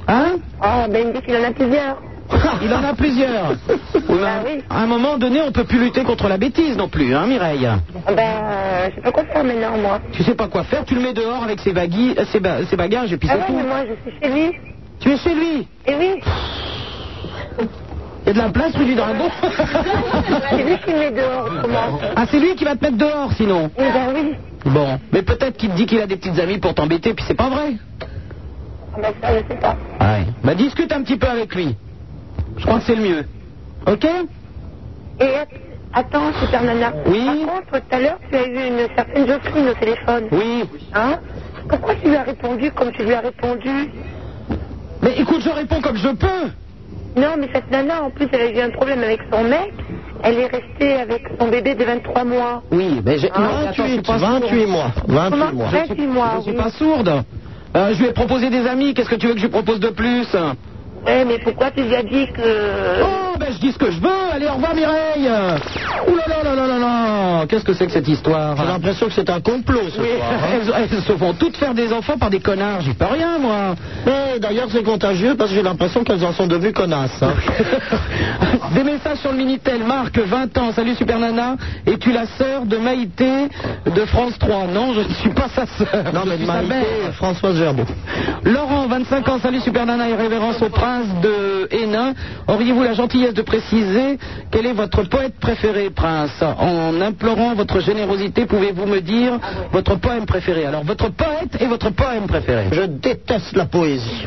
S4: Hein
S7: Ah, ben il me dit qu'il en a plusieurs.
S4: Il en a plusieurs.
S12: Ah
S4: Ou à- À un moment donné, on peut plus lutter contre la bêtise non plus, hein, Mireille
S12: Ben, euh, je sais pas quoi faire maintenant, moi.
S4: Tu sais pas quoi faire, tu le mets dehors avec ses, bagui- euh, ses ba- ses bagages et puis
S12: Ah
S4: c'est
S12: ouais,
S4: tout.
S12: mais moi, je suis chez lui.
S4: Tu es chez lui
S12: Eh oui.
S4: Il y a de la place, rue du Dragon
S12: C'est lui qui me met dehors, comment
S4: Ah, c'est lui qui va te mettre dehors sinon
S12: Eh ben oui.
S4: Bon, mais peut-être qu'il te dit qu'il a des petites amies pour t'embêter, puis c'est pas vrai.
S12: Ah ben, ça, je sais pas.
S4: Ouais. Bah discute un petit peu avec lui. Je crois que c'est le mieux. Ok
S12: Et att- attends, super nana. Oui. Par contre, tout à l'heure, tu as eu une certaine Jocelyne au téléphone.
S4: Oui.
S12: Hein Pourquoi tu lui as répondu comme tu lui as répondu
S4: Mais écoute, je réponds comme je peux.
S12: Non, mais cette nana, en plus, elle a eu un problème avec son mec. Elle est restée avec son bébé de 23 mois.
S4: Oui, mais j'ai.
S12: Ah,
S4: non, mais attends, je suis pas sourde.
S12: 28 mois, 28 Comment mois.
S4: Je suis-
S12: 28 mois,
S4: Je suis
S12: oui.
S4: pas sourde. Euh, je lui ai proposé des amis, qu'est-ce que tu veux que je lui propose de plus Eh,
S12: Ouais, mais pourquoi tu lui as dit que.
S4: Oh, ben je dis ce que je veux, allez, au revoir Mireille Ouh là là là là là là Qu'est-ce que c'est que cette histoire J'ai l'impression que c'est un complot ce
S3: soir, hein.
S4: Elles, elles se font toutes faire des enfants par des connards, j'y peux rien moi
S3: Mais d'ailleurs, c'est contagieux parce que j'ai l'impression qu'elles en sont devenues connasses. hein.
S4: Des messages sur le Minitel, Marc, 20 ans, salut Super Nana, es-tu la sœur de Maïté de France 3 Non, je ne suis pas sa sœur.
S3: Non,
S4: je
S3: mais
S4: suis
S3: Maïté,
S4: sa mère. Françoise Gerbeau. Laurent, 25 ans, salut Super Nana et révérence au prince de Hénin. Auriez-vous la gentillesse de préciser quel est votre poète préféré, prince En implorant votre générosité, pouvez-vous me dire votre poème préféré Alors, votre poète et votre poème préféré
S3: Je déteste la poésie.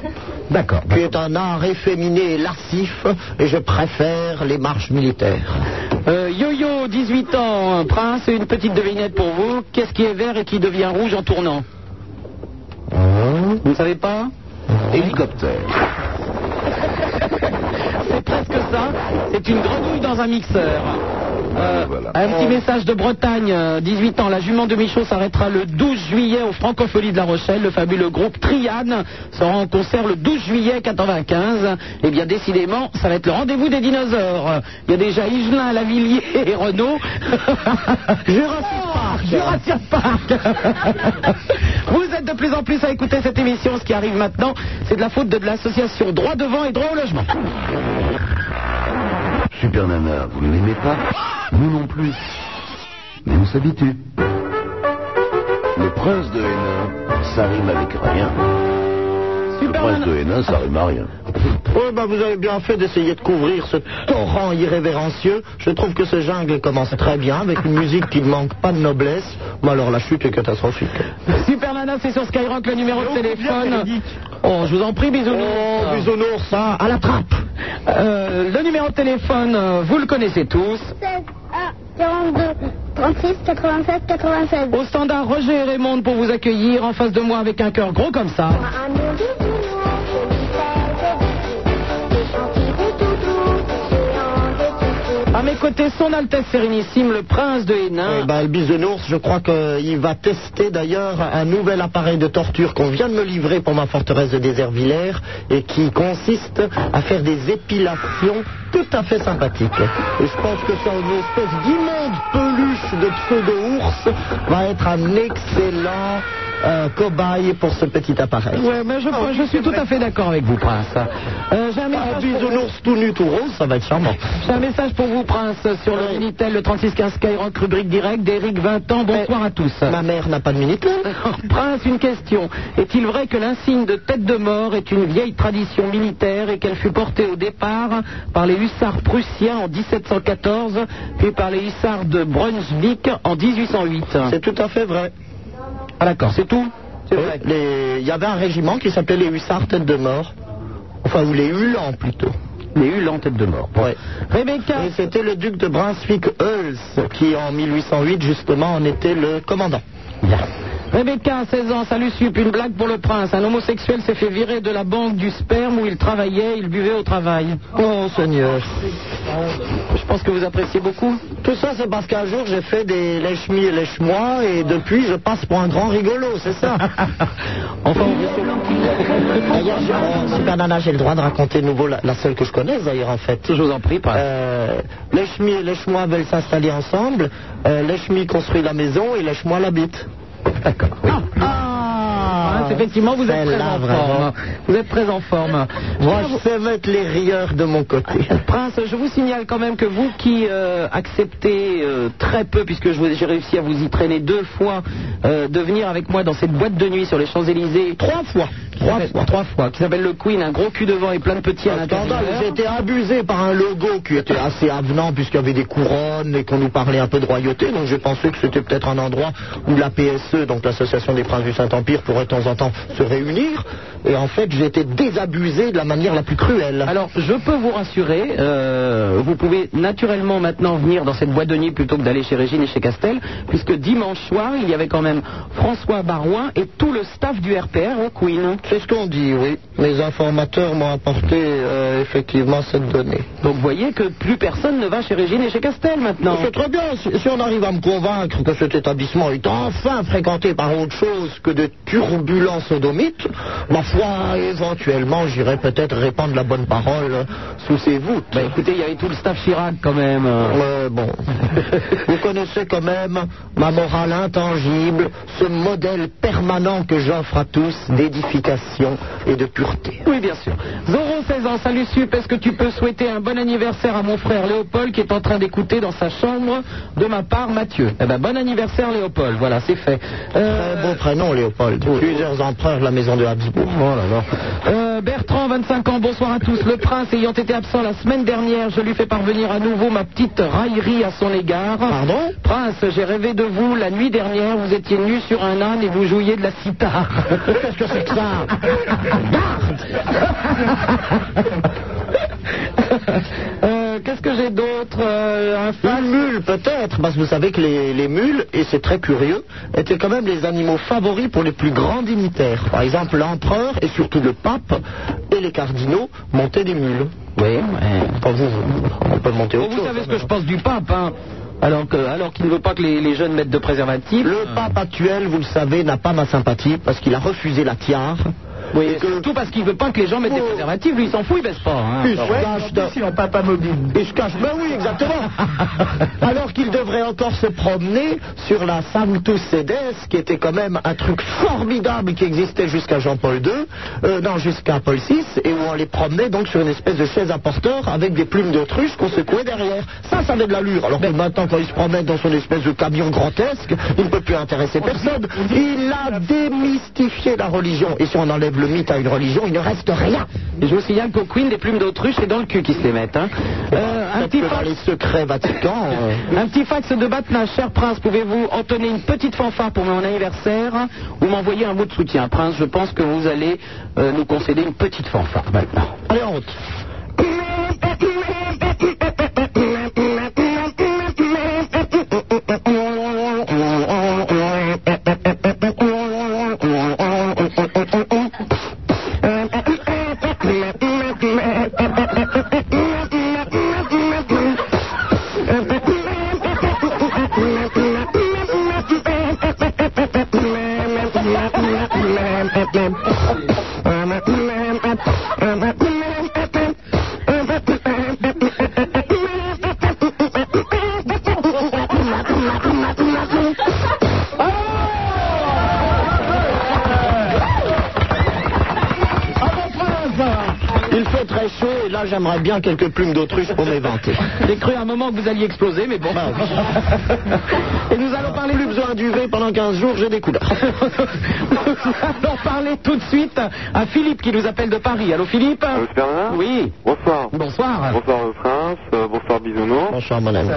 S4: D'accord.
S3: Qui est un art efféminé et lascif, et je préfère les marches militaires.
S4: Euh, Yo-Yo, 18 ans, un prince, et une petite devinette pour vous. Qu'est-ce qui est vert et qui devient rouge en tournant Vous ne savez pas
S1: Hélicoptère.
S4: C'est presque ça. C'est une grenouille dans un mixeur. Euh, Un petit message de Bretagne, euh, 18 ans. La jument de Michaud s'arrêtera le 12 juillet au Francopholies de La Rochelle. Le fabuleux groupe Triane sera en concert le 12 juillet 95. Et bien décidément, ça va être le rendez-vous des dinosaures. Il y a déjà Higelin, Lavillier et Renault. Jurassic Park. Jurassic Park. Vous êtes de plus en plus à écouter cette émission. Ce qui arrive maintenant, c'est de la faute de de l'association Droit Devant et Droit au Logement.
S1: Super Nana, vous ne l'aimez pas Nous non plus. Mais on s'habitue. Le prince de Hénin, ça rime avec rien. Le prince de Hénin, ça rime à rien.
S3: Oui, bah, vous avez bien fait d'essayer de couvrir ce torrent irrévérencieux. Je trouve que ce jungle commence très bien avec une musique qui ne manque pas de noblesse. Mais alors la chute est catastrophique.
S4: Super Nana, c'est sur Skyrock le numéro de téléphone. Oh, je vous en prie, bisounours. Oh,
S3: bisounours, ça, à la trappe.
S4: Euh, le numéro de téléphone, euh, vous le connaissez tous.
S5: 16 à 42, 36, 96, 96.
S4: Au standard, Roger et Raymond pour vous accueillir en face de moi avec un cœur gros comme ça.
S5: Un bisounours, je lui fais des bisous. Des gentils, des toutous, des géants, des toutous.
S4: À mes côtés, son Altesse Sérénissime, le prince de Hénin.
S3: Eh ben, le bisounours, je crois qu'il va tester d'ailleurs un nouvel appareil de torture qu'on vient de me livrer pour ma forteresse de désert Villers et qui consiste à faire des épilations tout à fait sympathiques. Et je pense que ça, une espèce d'immonde peluche de pseudo-ours va être un excellent euh, cobaye pour ce petit appareil.
S4: Ouais, mais je, je suis tout à fait d'accord avec vous, prince. Euh, J'ai un
S3: Un
S4: message pour-
S3: bisounours tout nu, tout rose, ça va être charmant. Euh.
S4: J'ai un message pour vous, Prince, sur le Minitel, le 3615 Skyrock, rubrique direct d'Eric 20 ans. Bonsoir à tous.
S3: Ma mère n'a pas de minitel.
S4: Prince, une question. Est-il vrai que l'insigne de tête de mort est une vieille tradition militaire et qu'elle fut portée au départ par les hussards prussiens en 1714 puis par les hussards de Brunswick en 1808
S3: C'est tout à fait vrai.
S4: Ah d'accord, c'est tout
S3: Oui, les- Il y avait un régiment qui s'appelait les hussards tête de mort. Enfin, ou les hulans plutôt.
S4: Les Hules en tête de mort.
S3: Ouais.
S4: Rebecca,
S3: Et c'était le duc de Brunswick-Hulse qui, en 1808, justement, en était le commandant.
S4: Rebecca, 16 ans, salut Sup, une blague pour le prince. Un homosexuel s'est fait virer de la banque du sperme où il travaillait, il buvait au travail.
S3: Oh, Seigneur.
S4: Je pense que vous appréciez beaucoup.
S3: Tout ça, c'est parce qu'un jour, j'ai fait des lèche-mi et lèche-moi, et depuis, je passe pour un grand rigolo, c'est ça
S4: Enfin,
S3: D'ailleurs, j'ai- oh, Super Nana, j'ai le droit de raconter de nouveau la, la seule que je connaisse, d'ailleurs, en fait.
S4: je vous en prie, prince.
S3: Euh, lèche-mi et lèche-moi veulent s'installer ensemble. Euh, lèche-mi construit la maison et lèche-moi la bite.
S4: D'accord.
S3: Ah,
S4: Ah, effectivement, vous êtes
S3: Celle-là,
S4: très en
S3: vraiment.
S4: forme. Vous êtes très en forme.
S3: Moi, je sais mettre les rieurs de mon côté.
S4: Prince, je vous signale quand même que vous qui euh, acceptez euh, très peu, puisque je vous- j'ai réussi à vous y traîner deux fois, euh, de venir avec moi dans cette boîte de nuit sur les Champs-Élysées. Trois fois Trois fois Trois fois, qui s'appelle le Queen, un gros cul devant et plein de petits à l'intérieur.
S3: Scandale, j'ai été abusé par un logo qui était assez avenant puisqu'il y avait des couronnes et qu'on nous parlait un peu de royauté, donc j'ai pensé que c'était peut-être un endroit où la PSE, donc l'Association des Princes du Saint-Empire, pourrait de temps en temps se réunir. Et en fait, j'ai été désabusé de la manière la plus cruelle.
S4: Alors, je peux vous rassurer, euh, vous pouvez naturellement maintenant venir dans cette boîte de nuit plutôt que d'aller chez Régine et chez Castel, puisque dimanche soir, il y avait quand même François Barouin et tout le staff du RPR au hein, Queen.
S3: C'est ce qu'on dit, oui. Mes informateurs m'ont apporté euh, effectivement cette donnée.
S4: Donc vous voyez que plus personne ne va chez Régine et chez Castel maintenant.
S3: C'est très bien, si, si on arrive à me convaincre que cet établissement est enfin fréquenté par autre chose que de turbulents sodomites, ma foi, éventuellement, j'irai peut-être répandre la bonne parole sous ces voûtes.
S4: Bah écoutez, il y avait tout le staff Chirac quand même.
S3: Euh, bon, vous connaissez quand même ma morale intangible, ce modèle permanent que j'offre à tous d'édification et de pureté.
S4: Oui, bien sûr. Zoro, 16 ans, salut Sup, est-ce que tu peux souhaiter un bon anniversaire à mon frère Léopold qui est en train d'écouter dans sa chambre de ma part Mathieu Eh ben, bon anniversaire Léopold, voilà, c'est fait. Euh,
S3: Très beau prénom, Léopold. Plusieurs empereurs de la maison de Habsbourg.
S4: Euh, Bertrand, 25 ans, bonsoir à tous. Le prince ayant été absent la semaine dernière, je lui fais parvenir à nouveau ma petite raillerie à son égard.
S3: Pardon
S4: Prince, j'ai rêvé de vous la nuit dernière, vous étiez nu sur un âne et vous jouiez de la sitar.
S3: Qu'est-ce que c'est que ça
S4: Ah, Euh, Qu'est-ce que j'ai d'autre Euh, Un fan
S3: Une mule peut-être, parce que vous savez que les, les mules, et c'est très curieux, étaient quand même les animaux favoris pour les plus grands dignitaires. Par exemple, l'empereur et surtout le pape et les cardinaux montaient des mules.
S4: Oui,
S3: Enfin, vous, vous- on peut monter autre
S4: vous
S3: chose.
S4: savez ce que je pense du pape, hein alors que- alors qu'il ne veut pas que les, les jeunes mettent de préservatifs.
S3: Le pape actuel, vous le savez, n'a pas ma sympathie parce qu'il a refusé la tiare.
S4: Oui,
S3: Et que-
S4: surtout parce qu'il veut pas que les gens mettent des
S3: Oh.
S4: préservatifs, lui il s'en fout, il baisse pas. hein.
S3: Il se cache dans- Il se cache. Ben oui, exactement. Alors qu'il devrait encore se promener sur la Sanctus Sedes, qui était quand même un truc formidable qui existait jusqu'à Jean-Paul II, euh, non, jusqu'à Paul VI, et où on les promenait donc sur une espèce de chaise à porteur avec des plumes d'autruche qu'on secouait derrière. Ça, ça avait de l'allure. Alors que maintenant, quand il se promène dans son espèce de camion grotesque, il ne peut plus intéresser personne. Il a démystifié la religion. Et si on enlève le mythe à une religion, il ne reste rien.
S4: Et je vous signale qu'au Queen, des plumes d'autruche, c'est dans le cul qu'ils se les mettent. hein. Euh, un,
S3: Peut-être
S4: petit
S3: que dans
S4: fax,
S3: les secrets vaticans. euh,
S4: un petit fax de Batna, cher prince, pouvez-vous entonner une petite fanfare pour mon anniversaire ou m'envoyer un mot de soutien Prince, je pense que vous allez euh, nous concéder une petite fanfare maintenant.
S3: Allez, en route.
S4: Ah,
S3: Il fait très chaud et là j'aimerais bien quelques plumes d'autruche pour m'éventer.
S4: J'ai cru à un moment que vous alliez exploser, mais bon.
S3: Bah Et nous allons parler plus besoin duvet pendant 15 jours, j'ai des couleurs.
S4: nous allons parler tout de suite à Philippe qui nous appelle de Paris. Allô Philippe
S8: Allô, c'est Bernard
S4: Oui.
S8: Mmh, Bonsoir.
S4: Bonsoir.
S8: Bonsoir le prince, euh, bonsoir Bisounours.
S3: Bonsoir mon ami.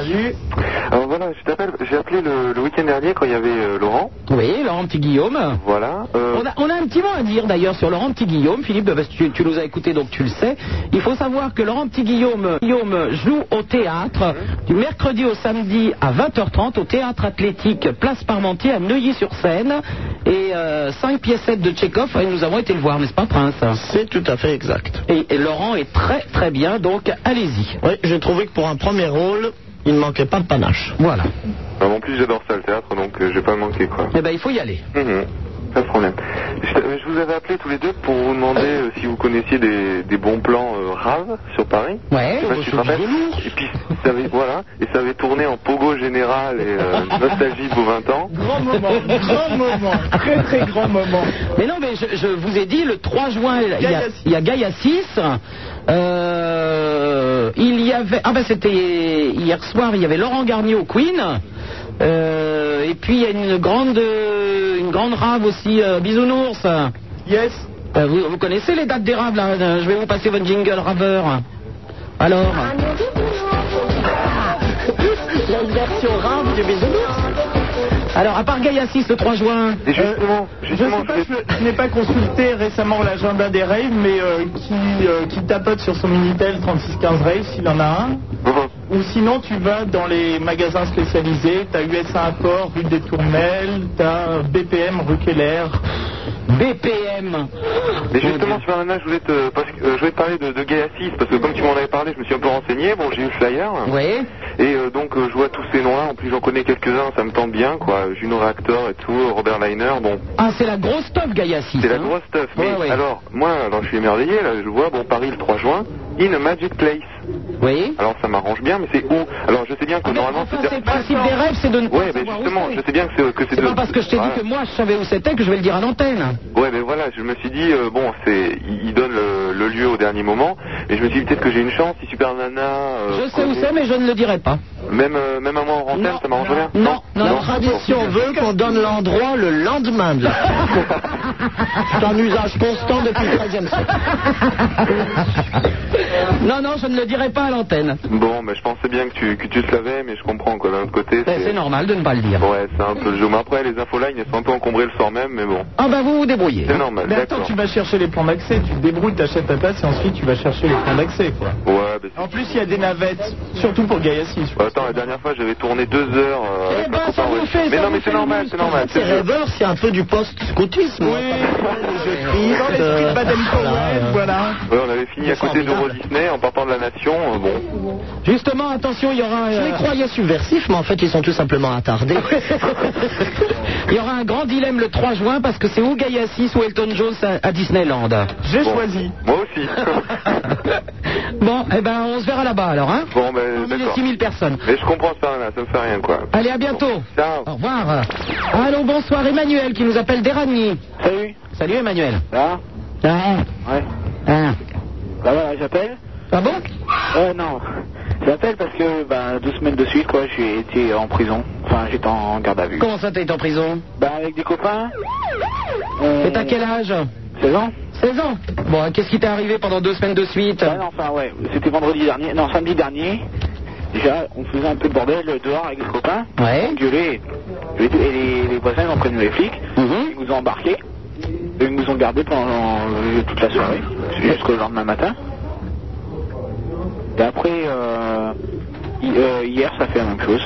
S8: Alors voilà, je t'appelle, j'ai appelé le, le week-end dernier quand il y avait euh, Laurent.
S4: Oui, Laurent Petit Guillaume.
S8: Voilà. euh,
S4: On a, on a un petit mot à dire d'ailleurs sur Laurent Petit Guillaume, Philippe, parce que tu, tu nous as écouté donc tu le sais. Il faut savoir que Laurent Petit Guillaume, Guillaume joue au théâtre du mercredi au samedi à 20h30 au théâtre athlétique Place Parmentier à Neuilly-sur-Seine. Et euh, 5 piécettes de Tchekhov, et nous avons été le voir, n'est-ce pas, Prince
S3: C'est tout à fait exact.
S4: et, et Laurent est très très bien, donc allez-y.
S3: Oui, j'ai trouvé que pour un premier rôle, il ne manquait pas de panache.
S4: Voilà.
S8: alors, Bah, en plus j'adore ça le théâtre, donc euh, j'ai pas manqué quoi.
S4: Eh ben il faut y aller.
S8: Mhm, Pas de problème. Je, t'a- je vous avais appelé tous les deux pour vous demander euh, si vous connaissiez des, des bons plans euh,
S13: Rave, sur Paris.
S4: Ouais, Bah,
S13: Je sais pas si tu te rappelles. Et puis, ça avait, voilà, et ça avait tourné en Pogo Général et euh, Nostalgie pour 20 ans.
S8: Grand moment, grand moment, très très grand moment.
S4: Mais non, mais je, je vous ai dit, le 3 juin, il y a, il y a Gaïa 6. Euh, il y avait. Ah ben c'était hier soir, il y avait Laurent Garnier au Queen. Euh, et puis il y a une grande, euh, une grande rave aussi, euh, Bisounours. Euh,
S8: Yes.
S4: vous, vous connaissez les dates des raves là euh, Je vais vous passer votre jingle raveur. Alors
S8: La version rave du
S4: Alors, à part Gaïa 6 le 3 juin. euh,
S13: Et justement, justement,
S8: je, sais pas, je- je n'ai pas consulté récemment l'agenda des raves, mais euh, qui, euh, qui tapote sur son Minitel 3615 Rave s'il en a un. Ou sinon, tu vas dans les magasins spécialisés, t'as USA Import, rue des Tournelles, t'as BPM, rue Keller.
S4: BPM
S13: Mais justement, Supernana, je voulais te, parce que, euh, je voulais te parler de, de Gaia 6, parce que comme tu m'en avais parlé, je me suis un peu renseigné. Bon, j'ai eu le flyer.
S4: Oui.
S13: Et euh, donc, euh, je vois tous ces noms-là. En plus, j'en connais quelques-uns, ça me tente bien, quoi. Juno Reactor et tout, Robert Liner, bon.
S4: Ah, c'est la grosse stuff, Gaïa 6.
S13: C'est la grosse stuff. Mais alors, moi, alors, je suis émerveillé, là, je vois, bon, Paris le 3 juin, In a Magic Place.
S4: Oui. Ah,
S13: Alors, ça m'arrange bien, mais c'est où Alors, je sais bien que normalement,
S4: Le principe des rêves, c'est de ne pas
S13: Ouais, mais
S4: savoir où
S13: justement, je sais bien que c'est que
S4: C'est
S13: de-
S4: pas parce que je t'ai
S13: Voilà.
S4: dit que moi je savais où c'était que je vais le dire à l'antenne.
S13: Ouais, mais voilà, je me suis dit, euh, bon, c'est, il il donne le, le lieu au dernier moment, et je me suis dit peut-être que j'ai une chance si Super Nana. euh,
S4: Je sais où c'est, mais je ne le dirai pas.
S13: Même, euh, même à moi en antenne, ça m'arrange bien.
S4: Non,
S8: Oh, La tradition veut qu'on donne l'endroit le lendemain de la
S3: C'est un usage constant depuis le 13e siècle.
S4: Non, non, je ne le dirai pas à l'antenne.
S13: Bon, mais je pensais bien que tu, que tu te l'avais, mais je comprends, quoi, d'un autre côté.
S4: Ben, c'est normal de ne pas le dire.
S13: Ouais, c'est un peu le jeu. Mais après, les infolines, elles sont un peu encombrées le soir même, mais bon.
S4: Ah bah vous vous débrouillez.
S13: C'est normal,
S8: Mais attends,
S13: d'accord.
S8: tu vas chercher les plans d'accès, tu te débrouilles, t'achètes ta place et ensuite tu vas chercher les plans d'accès, quoi.
S13: Ouais, ben,
S8: En plus, il y a des navettes, surtout pour Gaïa 6.
S13: c'est- Attends, la dernière fois, j'avais tourné deux heures.
S4: Eh
S13: euh, avec
S4: ben,
S13: un copain, ouais. mais non, mais c'est normal, c'est normal.
S3: Ces rêveurs, c'est un peu du post-scoutisme. Oui,
S8: Dans
S4: Euh,
S8: l'esprit de Madame Powell, voilà.
S13: Ouais, on avait fini à côté d'Euro Disney en partant de la nation. euh, bon,
S4: Justement, attention, il y aura.
S3: Je
S4: euh, Ah
S3: les croyais subversifs, mais en fait, ils sont tout simplement attardés.
S4: Il y aura un grand dilemme le 3 juin parce que c'est ou Gaia 6 ou Elton Jones à, à Disneyland.
S8: J'ai choisi.
S13: moi aussi.
S4: Bon, eh ben on se verra là-bas alors, hein
S13: bon, ben,
S4: Parmi les
S13: d'accord.
S4: 6000 personnes.
S13: Mais je comprends ça, là, ça me fait rien, quoi.
S4: Allez, à bientôt.
S13: Ciao.
S4: Au revoir. Allô, bonsoir Emmanuel qui nous appelle Derani.
S5: Salut,
S4: Salut Emmanuel.
S5: là
S4: Ah,
S5: Ouais.
S4: ah.
S5: Bah voilà, j'appelle.
S4: Ah bon
S5: Euh, non. J'appelle parce que, bah, deux semaines de suite, quoi, j'ai été en prison. Enfin, j'étais en garde à vue.
S4: Comment ça t'es en prison
S5: Bah, avec des copains. Euh,
S4: Et t'as quel âge
S5: 16 ans
S4: 16 ans. Bon, hein, qu'est-ce qui t'est arrivé pendant deux semaines de suite
S5: Ouais, non, enfin, ouais. C'était vendredi dernier. Non, samedi dernier. Déjà, on faisait un peu de bordel dehors avec des copains.
S4: Ouais.
S5: On gueulait. Et les, les voisins, ils ont prévenu les flics.
S4: Mhm.
S5: Ils nous ont embarqués. Et ils nous ont gardés pendant euh, toute la soirée. Jusqu'au lendemain matin. Et après, euh, hi- euh, hier, ça fait la même chose.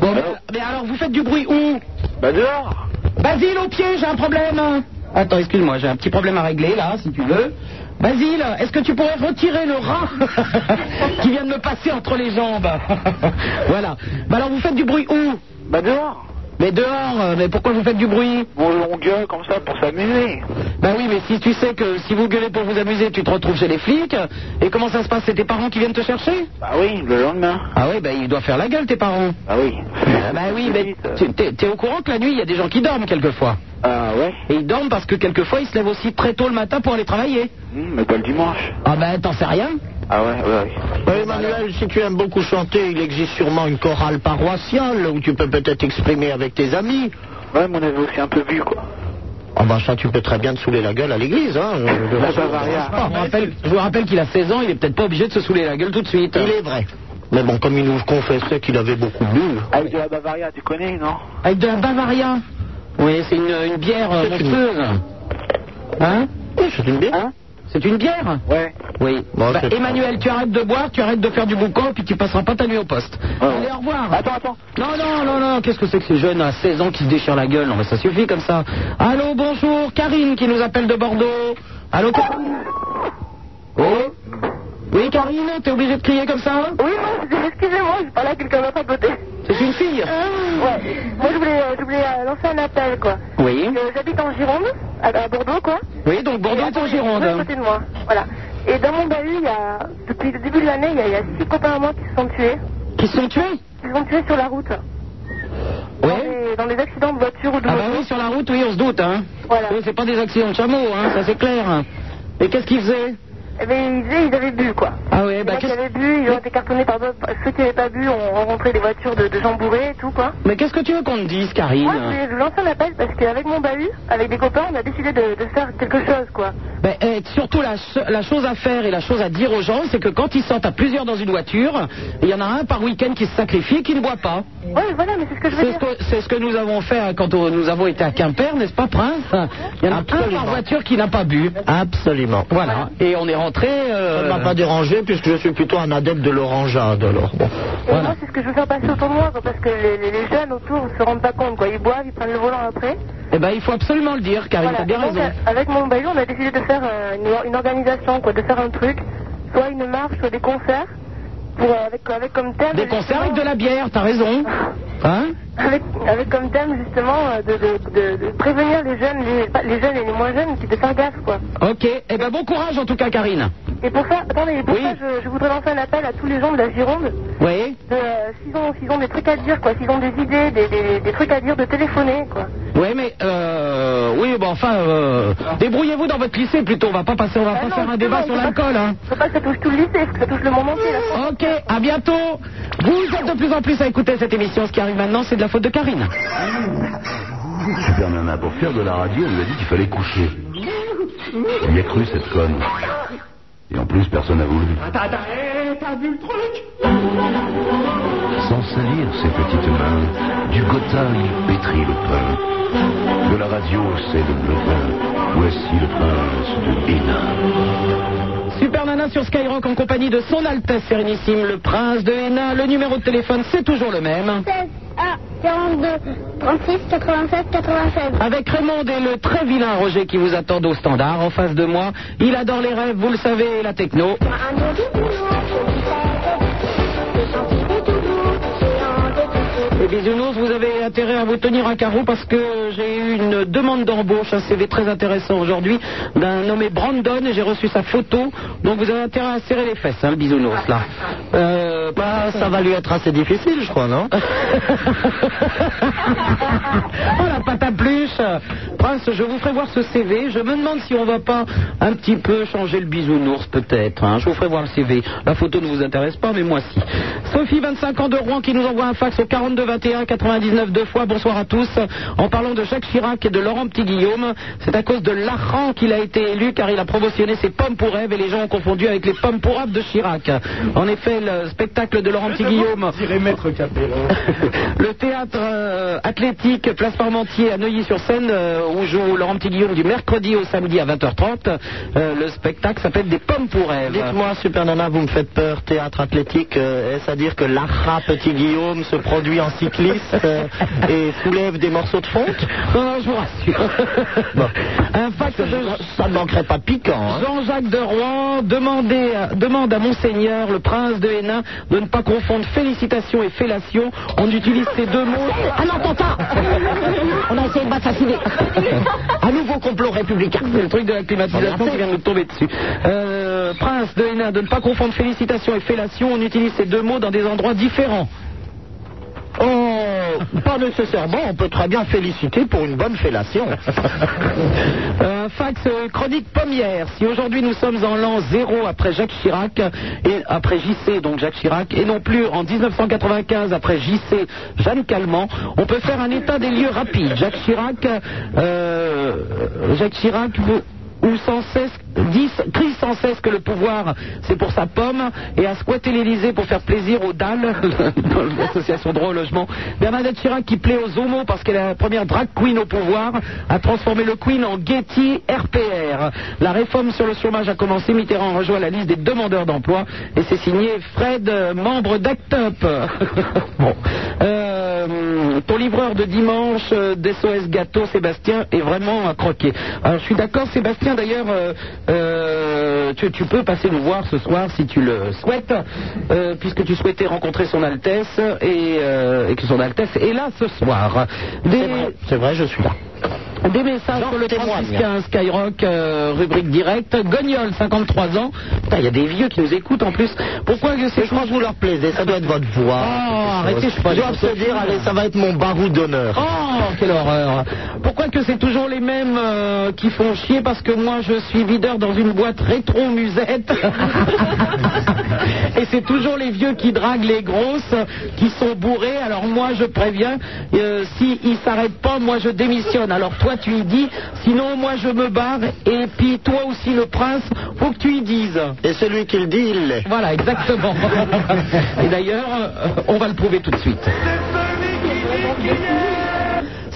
S4: Bon, mais, mais alors vous faites du bruit où
S5: Bah dehors
S4: Basile, au pied, j'ai un problème. Attends, excuse-moi, j'ai un petit problème à régler là, si tu veux. Basile, est-ce que tu pourrais retirer le rat qui vient de me passer entre les jambes Voilà. Bah alors vous faites du bruit où
S5: Bah dehors
S4: Mais dehors, euh, mais pourquoi vous faites du bruit
S5: On, on gueule comme ça pour s'amuser.
S4: Bah oui, mais si tu sais que si vous gueulez pour vous amuser, tu te retrouves chez les flics. Et comment ça se passe C'est tes parents qui viennent te chercher
S5: Bah oui, le lendemain.
S4: Ah oui, bah ils doivent faire la gueule, tes parents.
S5: Bah oui. euh,
S4: Ah bah oui, mais tu- t'es t'es au courant que la nuit, il y a des gens qui dorment quelquefois.
S5: Ah ouais
S4: Et ils dorment parce que quelquefois, ils se lèvent aussi très tôt le matin pour aller travailler.
S5: Hmm, Mais pas le dimanche.
S4: Ah ben, t'en sais rien
S5: Ah ouais, ouais, ouais.
S3: Ouais, Emmanuel, si tu aimes beaucoup chanter, il existe sûrement une chorale paroissiale où tu peux peut-être t'exprimer avec tes amis.
S5: Ouais, mais on avait aussi un peu vu, quoi.
S3: Ah bah ça, tu peux très bien te saouler la gueule à l'église, hein. Je- je-
S5: Ah, ça va rien.
S4: Je vous rappelle, je vous rappelle qu'il a 16 ans, il est peut-être pas obligé de se saouler la gueule tout de suite.
S3: Il est vrai. Mais bon, comme il nous confessait qu'il avait beaucoup bu,
S5: Avec de la Bavaria, tu connais, non
S3: Ah,
S4: Avec de la Bavaria Oui, c'est une, une bière euh,
S3: C'est une-
S4: monstrueuse. Hein
S3: oui, c'est une bière.
S5: Hein
S4: C'est une bière
S5: Ouais.
S4: Oui.
S3: Bon,
S4: Bah,
S3: c'est-
S4: Emmanuel, tu arrêtes de boire, tu arrêtes de faire du boucan, puis tu passeras pas ta nuit au poste.
S5: Ouais,
S4: Allez,
S5: Ah ouais.
S4: au revoir.
S5: Attends, attends.
S4: Non, non, non, non, qu'est-ce que c'est que ces jeunes à 16 ans qui se déchirent la gueule Non, mais ça suffit comme ça. Allô, bonjour, Karine qui nous appelle de Bordeaux. Allô, Karine Oh Oui, Karine, t'es obligée de crier comme ça hein
S12: Oui, non, excusez-moi, je parlais à quelqu'un d'autre à côté. Ah.
S4: C'est une fille
S12: Ouais. Moi, je voulais, euh, je voulais euh, lancer un appel, quoi.
S4: Oui.
S12: Euh, J'habite en Gironde, à, à Bordeaux, quoi.
S4: Oui, donc Bordeaux est en Gironde.
S12: à côté de moi, voilà. Et dans mon bahut, il y a, depuis le début de l'année, il y, a- il y a six copains à moi qui se sont tués.
S4: Qui se sont tués
S12: Qui se sont tués sur la route. Dans des- Dans des accidents de voiture ou de
S4: Ah bah
S12: moto.
S4: oui, sur la route, oui, on se doute, hein.
S12: Voilà.
S4: Oui, c'est pas des accidents de chameau, hein, ça c'est clair. Et qu'est-ce qu'ils faisaient
S12: Eh ben, ils disaient, ils avaient bu, quoi.
S4: Ah ouais,
S12: Les
S4: bah
S12: mecs qui
S4: qu'est-ce...
S12: avaient bu, ils ont été cartonnés par d'autres. Ceux qui n'avaient pas bu ont rencontré des voitures de, de gens bourrés et tout, quoi.
S4: Mais qu'est-ce que tu veux qu'on te dise, Karine
S12: Moi, je voulais lancer un appel parce qu'avec mon bahut, avec des copains, on a décidé de, de faire quelque chose, quoi.
S4: Ben, eh, surtout la, cho- la chose à faire et la chose à dire aux gens, c'est que quand ils sortent à plusieurs dans une voiture, il y en a un par week-end qui se sacrifie et qui ne boit pas.
S12: Oui, voilà, mais c'est ce que je veux
S4: C'est ce
S12: dire.
S4: que, c'est ce que nous avons fait hein, quand on- nous avons été à Quimper, n'est-ce pas, Prince Il y en a un par voiture qui n'a pas bu.
S3: Absolument.
S4: Voilà. Et on est rentré.
S3: Ça ne m'a pas dérangé puisque je suis plutôt un adepte de l'orangeade alors. Bon.
S12: Et moi, c'est ce que je veux faire passer autour de moi, quoi, parce que les, les- les jeunes autour ne se rendent pas compte, quoi. Ils boivent, ils prennent le volant après.
S4: Eh ben, il faut absolument le dire, Karine,
S12: Voilà.
S4: t'as bien
S12: Et donc,
S4: raison.
S12: euh, Avec mon baillon, on a décidé de faire euh, une, or- une organisation, quoi, de faire un truc, soit une marche, soit des concerts, pour, euh, avec, avec comme thème.
S4: Des concerts avec de la bière, t'as raison. Hein
S12: Avec, avec comme thème justement euh, de, de- de- de prévenir les jeunes, les, pas- les jeunes et les moins jeunes, qui de faire gaffe quoi.
S4: Ok. Eh ben, bon courage en tout cas, Karine.
S12: Et pour ça, attendez, et pour ça je, je voudrais lancer un appel à tous les gens de la Gironde.
S4: Oui.
S12: de, euh, S'ils ont, s'ils ont des trucs à dire quoi, s'ils ont des idées, des, des- des trucs à dire, de téléphoner quoi.
S4: Oui, mais euh, oui, bon, enfin, euh, débrouillez-vous dans votre lycée plutôt. On va pas passer, on
S12: Ben
S4: va pas faire un débat sur l'alcool, hein.
S12: Ah Faut pas que ça touche tout le lycée, faut que ça touche le monde entier. Là.
S4: Ok, à bientôt. Vous êtes de plus en plus à écouter cette émission. Ce qui arrive maintenant, c'est de la faute de Karine.
S1: Super Nana, pour faire de la radio, on lui a dit qu'il fallait coucher. Il y a cru, cette conne. Et en plus, personne n'a voulu.
S9: Attends, attends, hé, t'as vu le truc
S1: Sans salir ses petites mains, du Gothal pétrit le pain. De la radio, c'est le bleu vin. Voici le prince de Hénin.
S4: Super Nana sur Skyrock en compagnie de son Altesse Sérénissime, le Prince de Hénin. Le numéro de téléphone, c'est toujours le même.
S5: 16 à 42 36 96 96.
S4: Avec Raymond et le très vilain Roger qui vous attendent au standard en face de moi. Il adore les rêves, vous le savez, et la techno. Les bisounours, Eh vous avez intérêt à vous tenir à carreau parce que j'ai eu une demande d'embauche, un CV très intéressant aujourd'hui, d'un nommé Brandon et j'ai reçu sa photo. Donc vous avez intérêt à serrer les fesses, hein, le bisounours là. Euh, bah,
S3: Ça va lui être assez difficile, je crois, non
S4: Oh la pâte à pluche Prince, je vous ferai voir ce CV. Je me demande si on va pas un petit peu changer le bisounours, peut-être. hein. Je vous ferai voir le CV. La photo ne vous intéresse pas, mais moi si. Sophie, 25 ans de Rouen, qui nous envoie un fax au 42 21 99 deux fois. Bonsoir à tous. En parlant de Jacques Chirac et de Laurent Petit-Guillaume, c'est à cause de Laran qu'il a été élu, car il a promotionné ses pommes pour Ève et les gens ont confondu avec les pommes pour Ève de Chirac. En effet, le spectacle de Laurent Petit-Guillaume...
S6: Maître Capello.
S4: Le théâtre euh, athlétique Place Parmentier à Neuilly-sur-Seine, euh, où joue Laurent Petit-Guillaume du mercredi au samedi à 20h30. Euh, le spectacle s'appelle Des pommes pour rêve.
S3: Dites-moi, Super Nana, vous me faites peur, théâtre athlétique, euh, est-ce à dire que l'Ara Petit Guillaume se produit en cycliste euh, et soulève des morceaux de fonte
S4: Non, non, je vous rassure. Un fax de...
S3: Ça ne manquerait pas de piquant, hein
S4: Jean-Jacques de Rouen demandez à- demande à Monseigneur, le prince de Hénin, de ne pas confondre félicitations et fellation. On utilise ces deux mots. Un attentat On a essayé de m'assassiner. Un nouveau complot républicain. C'est le truc de la climatisation qui vient de nous tomber dessus. Euh, prince de Hénin, de ne pas confondre félicitations et fellation. On utilise ces deux mots dans des endroits différents.
S3: Oh, pas nécessairement, on peut très bien féliciter pour une bonne fellation.
S4: Euh, fax euh, chronique pommière. Si aujourd'hui nous sommes en l'an zéro après Jacques Chirac et après JC donc Jacques Chirac et non plus en 1995 après JC Jeanne Calment, on peut faire un état des lieux rapide. Jacques Chirac, euh, Jacques Chirac ou sans cesse dis- crie sans cesse que le pouvoir c'est pour sa pomme et a squatté l'Elysée pour faire plaisir aux dalles dans l'association droit au logement. Bernadette Chirac qui plaît aux homos parce qu'elle est la première drag queen au pouvoir a transformé le queen en Getty RPR. La réforme sur le chômage a commencé, Mitterrand rejoint la liste des demandeurs d'emploi et c'est signé Fred, euh, membre d'ACTUP. bon. Euh, ton livreur de dimanche euh, d'SOS Gâteau, Sébastien, est vraiment à croquer. Alors, je suis d'accord, Sébastien, d'ailleurs, euh, euh, euh, tu, tu peux passer nous voir ce soir si tu le souhaites, euh, puisque tu souhaitais rencontrer son Altesse et, euh, et que son Altesse est là ce soir. Des-
S3: C'est vrai, je suis là.
S4: des messages sur le
S3: témoigne.
S4: 3615 Skyrock, euh, rubrique directe. Gognol, 53 ans. Putain, il y a des vieux qui nous écoutent en plus. Pourquoi que c'est Je pense que vous leur plaisez, ça doit être votre voix. Oh, arrêtez, je suis pas
S3: Ils doivent se dire, allez, ça va être mon barou d'honneur.
S4: Oh, quelle horreur Pourquoi que c'est toujours les mêmes euh, qui font chier Parce que moi, je suis videur dans une boîte rétro-musette. Et c'est toujours les vieux qui draguent les grosses, qui sont bourrés. Alors moi, je préviens, euh, si ils s'arrêtent pas, moi, je démissionne. Alors toi, tu y dis, sinon moi, je me barre. Et puis toi aussi, le prince, faut que tu y dises.
S3: Et celui qui le dit, il l'est.
S4: Voilà, exactement. Et d'ailleurs, euh, on va le prouver tout de suite.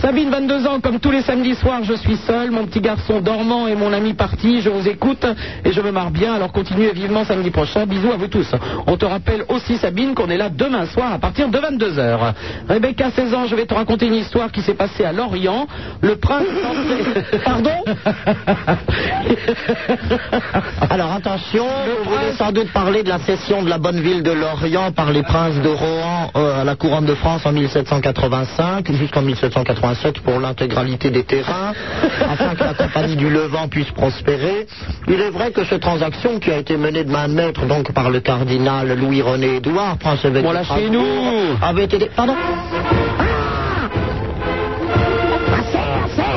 S4: Sabine, 22 ans, comme tous les samedis soirs, je suis seul, mon petit garçon dormant et mon ami parti, je vous écoute et je me marre bien, alors continuez vivement samedi prochain, bisous à vous tous. On te rappelle aussi, Sabine, qu'on est là demain soir à partir de 22h. Rebecca, 16 ans, je vais te raconter une histoire qui s'est passée à Lorient. Le prince... Pardon
S3: Alors attention, vous voulez sans doute parler de la cession de la bonne ville de Lorient par les princes de Rohan euh, à la couronne de France en 1785 jusqu'en 1787 pour l'intégralité des terrains, afin que la compagnie du Levant puisse prospérer. Il est vrai que cette transaction qui a été menée de main de maître donc par le cardinal Louis-René Édouard, prince évêque
S4: Bon,
S3: de
S4: là, chez
S3: Strasbourg,
S4: nous.
S3: avait été... Pardon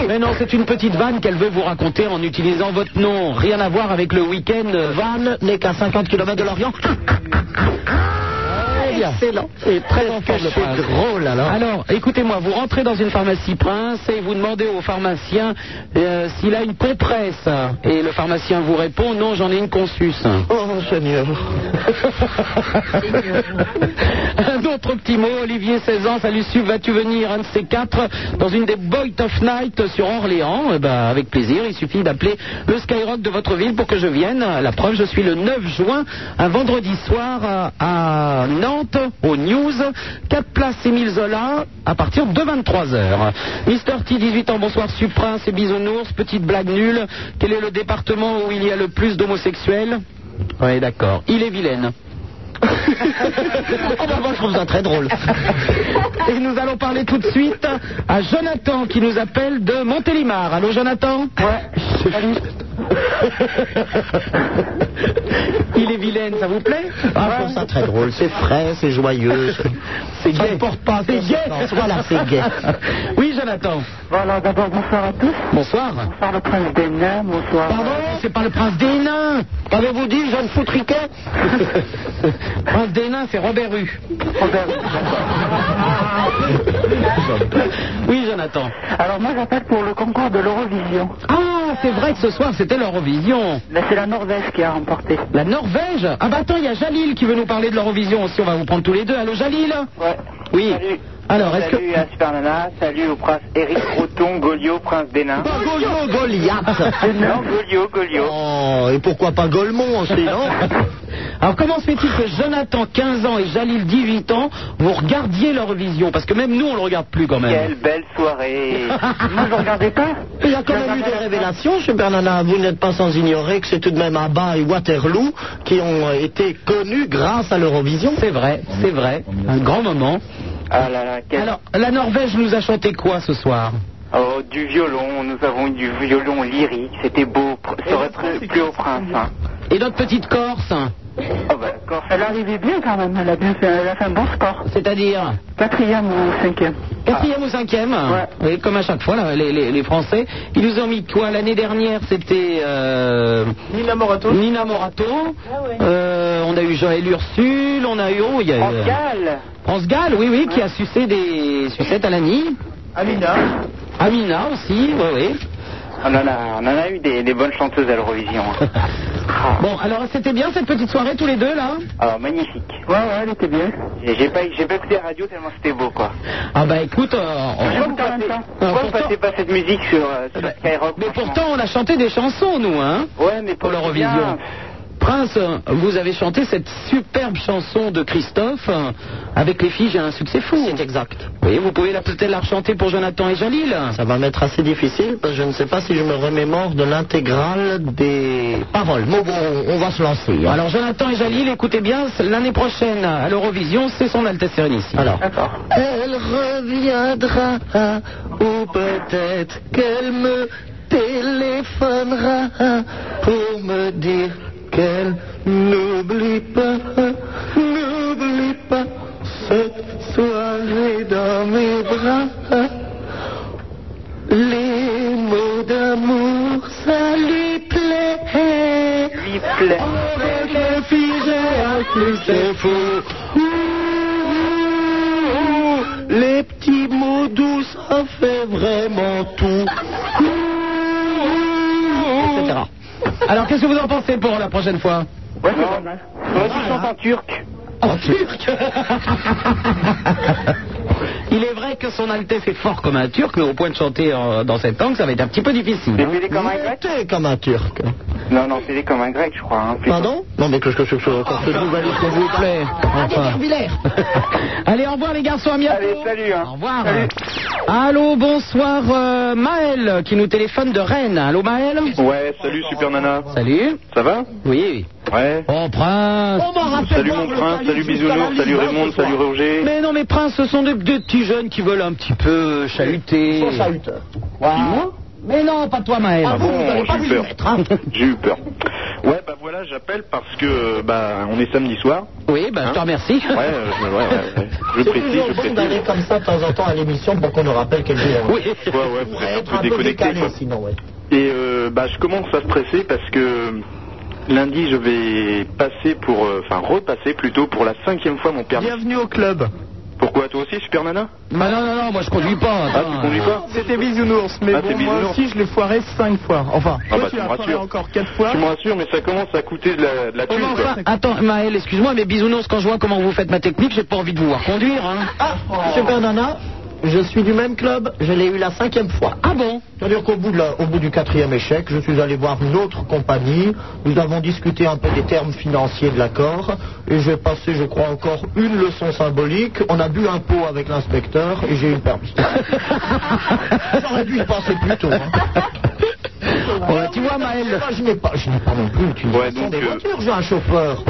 S4: Mais non, c'est une petite vanne qu'elle veut vous raconter en utilisant votre nom. Rien à voir avec le week-end.
S3: Vannes n'est qu'à 50 km de Lorient.
S9: Ah,
S3: Excellent. C'est très en forme, le prince. drôle, alors.
S4: écoutez-moi, vous rentrez dans une pharmacie Prince et vous demandez au pharmacien euh, s'il a une compresse. Et le pharmacien vous répond non, j'en ai une consus.
S3: Oh, Seigneur.
S4: Un autre petit mot, Olivier, 16 ans, salut Sub, vas-tu venir un de ces quatre dans une des Boit of Night sur Orléans Eh ben, Avec plaisir, il suffit d'appeler le Skyrock de votre ville pour que je vienne. La preuve, je suis le 9 juin, un vendredi soir euh, à Nantes, au News, 4 places Émile Zola, à partir de 23h. Mister T, 18 ans, bonsoir Sub, Prince et Bisounours, petite blague nulle. Quel est le département où il y a le plus d'homosexuels Oui, d'accord. Il est vilaine.
S3: Oh, bah, moi, je trouve ça très drôle.
S4: Et nous allons parler tout de suite à Jonathan qui nous appelle de Montélimar. Allô Jonathan Ouais. Salut. Il est vilaine, ça vous plaît
S3: Ah, je trouve ça très drôle. C'est frais, c'est joyeux.
S4: C'est
S3: Ça
S4: gay.
S3: ne porte pas
S4: C'est gay.
S3: conséquence. Voilà, c'est gay.
S4: Oui Jonathan.
S14: Voilà, d'abord bonsoir à tous.
S4: Bonsoir.
S14: Bonsoir le prince des nains, bonsoir.
S4: Pardon C'est pas le prince des nains
S3: Qu'avez-vous dit, jeune foutriquet
S4: Prince des nains, c'est Robert Hue.
S14: Robert.
S4: Oui Jonathan.
S14: Alors moi j'appelle pour le concours de l'Eurovision.
S4: Ah, c'est vrai que ce soir c'était l'Eurovision.
S14: Mais c'est la Norvège qui a remporté.
S4: La Norvège Ah bah attends, il y a Jalil qui veut nous parler de l'Eurovision aussi, on va vous prendre tous les deux. Allô Jalil
S13: Ouais.
S4: Oui.
S13: Salut.
S4: Alors, est-ce que...
S13: Salut à Super Nana, salut au prince Eric Breton, Goliot, prince des nains.
S3: Pas Golio, Goliath.
S13: Non, Goliot, Goliot.
S3: Oh, et pourquoi pas Golemont aussi, non
S4: Alors comment se fait-il que Jonathan, 15 ans, et Jalil, 18 ans, vous regardiez l'Eurovision Parce que même nous, on le regarde plus quand même.
S13: Quelle belle soirée.
S14: Moi je regardais pas.
S3: Il y a quand même eu des révélations, Super Nana. Vous n'êtes pas sans ignorer que c'est tout de même Abba et Waterloo qui ont été connus grâce à l'Eurovision.
S4: C'est vrai, c'est vrai. Un grand moment.
S13: Ah là là, quel...
S4: Alors, la Norvège nous a chanté quoi ce soir
S13: Oh, du violon, nous avons eu du violon lyrique, c'était beau, pr- ça aurait plu, plu au prince. hein.
S4: Et notre petite Corse hein
S13: Oh bah, quand
S14: Elle arrivait bien quand même, elle a, bien fait, elle a fait un bon score.
S4: C'est-à-dire
S14: Quatrième ou cinquième.
S4: Quatrième ou cinquième Oui, comme à chaque fois, là, les, les- les Français. Ils nous ont mis quoi L'année dernière, c'était... euh,
S6: Nina Morato. Ah
S4: Nina Morato. Euh, on a eu Joël Ursule, on a eu. oh, il y a eu-
S13: France Gall
S4: France Gall, oui, oui, qui a sucé des sucettes à l'année.
S6: Amina.
S4: Amina aussi, Ah, oui, oui.
S13: On en a, on en a eu des, des bonnes chanteuses à l'Eurovision. hein. Ah,
S4: Bon, alors c'était bien cette petite soirée tous les deux là
S13: ah, magnifique.
S14: Ouais, ouais, elle était bien.
S13: J'ai j'ai pas, j'ai pas écouté la radio tellement c'était beau quoi.
S4: Ah bah écoute, euh, on-
S13: Pourquoi vous passez, pourquoi vous passez pas cette musique sur, euh, sur Skyrock
S4: mais
S13: franchement
S4: pourtant on a chanté des chansons nous, hein
S13: Ouais, mais
S4: Pour
S13: pas
S4: l'Eurovision.
S13: bien.
S4: Prince, euh, vous avez chanté cette superbe chanson de Christophe euh, avec les filles, j'ai un succès fou. C'est exact. Oui, vous pouvez la- peut-être la rechanter pour Jonathan et Jalil.
S3: Ça va m'être assez difficile parce que je ne sais pas si je me remémore de l'intégrale des paroles. Bon, bon, on va se lancer. hein.
S4: Alors Jonathan et Jalil, écoutez bien, c'est l'année prochaine à l'Eurovision, c'est son Altesse Sérénissime. Alors.
S5: Elle reviendra, ou peut-être qu'elle me téléphonera pour me dire qu'elle n'oublie pas, n'oublie pas cette soirée dans mes bras. Les mots d'amour, ça lui plaît. Lui plaît. Avec les filles, j'ai un plus, c'est fou. Ouh, ouh, ouh. Les petits mots doux, ça fait vraiment tout.
S4: Etc. Alors qu'est-ce que vous en pensez pour la prochaine fois
S14: Ouais, c'est pas mal. tu chantes en turc.
S4: En turc Il est vrai que son Altesse est fort comme un turc, mais au point de chanter euh, dans cette langue, ça va être un petit peu difficile. hein.
S13: comme un grec
S3: T'es comme un turc.
S13: Non, non, c'est comme un grec, je crois. hein, plutôt.
S3: Pardon Non, mais qu'est-ce que c'est que ce
S8: Ah,
S3: corps de valise, s'il vous plaît enfin.
S4: Mmh. Allez, au revoir les garçons, à bientôt.
S13: Allez, salut. hein.
S4: Au revoir. Allô, bonsoir euh, Maël qui nous téléphone de Rennes. Allô Maël
S8: Ouais, salut Super Nana.
S4: Salut.
S8: Ça va
S4: Oui.
S8: Ouais.
S4: Oh prince.
S3: bah,
S8: Salut mon prince, salut Bisounours, salut Raymond, salut Roger.
S4: Mais non, mais prince, ce sont des, des petits jeunes qui veulent un petit peu chahuter.
S8: Ils sont
S4: chahuteurs. Mais non, pas toi Maël.
S8: Ah bon, j'ai eu peur.
S3: hein.
S8: J'ai eu peur. Ouais, bah voilà, j'appelle parce que bah on est samedi soir. Hein
S4: Oui, bah je te remercie.
S8: Ouais, euh, je- ouais, ouais, ouais. Je
S3: C'est
S8: précise,
S3: toujours
S8: je
S3: bon
S8: précise.
S3: d'aller comme ça de temps en temps à l'émission pour qu'on nous rappelle quel jour. on est.
S8: Ouais, ouais, pour être un peu déconnecté.
S3: décalé,
S8: quoi.
S3: sinon, ouais.
S8: Et euh, bah, je commence à stresser parce que euh, lundi, je vais passer pour, euh, enfin repasser plutôt pour la cinquième fois mon permis.
S3: Bienvenue au club.
S8: Pourquoi toi aussi, Super Nana
S4: Bah non, non, non, moi je conduis pas.
S8: Ah, tu conduis pas
S6: C'était bisounours, mais
S8: Ah,
S6: bon,
S8: c'est
S6: moi
S8: bisounours.
S6: aussi je l'ai foiré 5 fois. Enfin,
S8: Ah
S6: toi,
S8: bah,
S6: tu
S8: tu me
S6: l'as foiré
S8: rassures.
S6: encore 4 fois.
S8: Tu me rassures, mais ça commence à coûter de la, de la thune, quoi.
S4: Attends, Maël, excuse-moi, mais bisounours, quand je vois comment vous faites ma technique, j'ai pas envie de vous voir conduire. Hein.
S3: Super Nana, Ah, je suis du même club, je l'ai eu la cinquième fois.
S4: Ah bon
S3: C'est-à-dire qu'au bout, de la- au bout du quatrième échec, je suis allé voir une autre compagnie, nous avons discuté un peu des termes financiers de l'accord, et j'ai passé, je crois, encore une leçon symbolique, on a bu un pot avec l'inspecteur, et j'ai eu le permis. J'aurais dû y penser plus tôt. hein.
S4: Ouais, tu vois Maël.
S3: Moi, je n'ai pas, je n'ai pas non plus l'utilisation
S8: Ouais, donc,
S3: des
S8: euh,
S3: voitures, j'ai un chauffeur.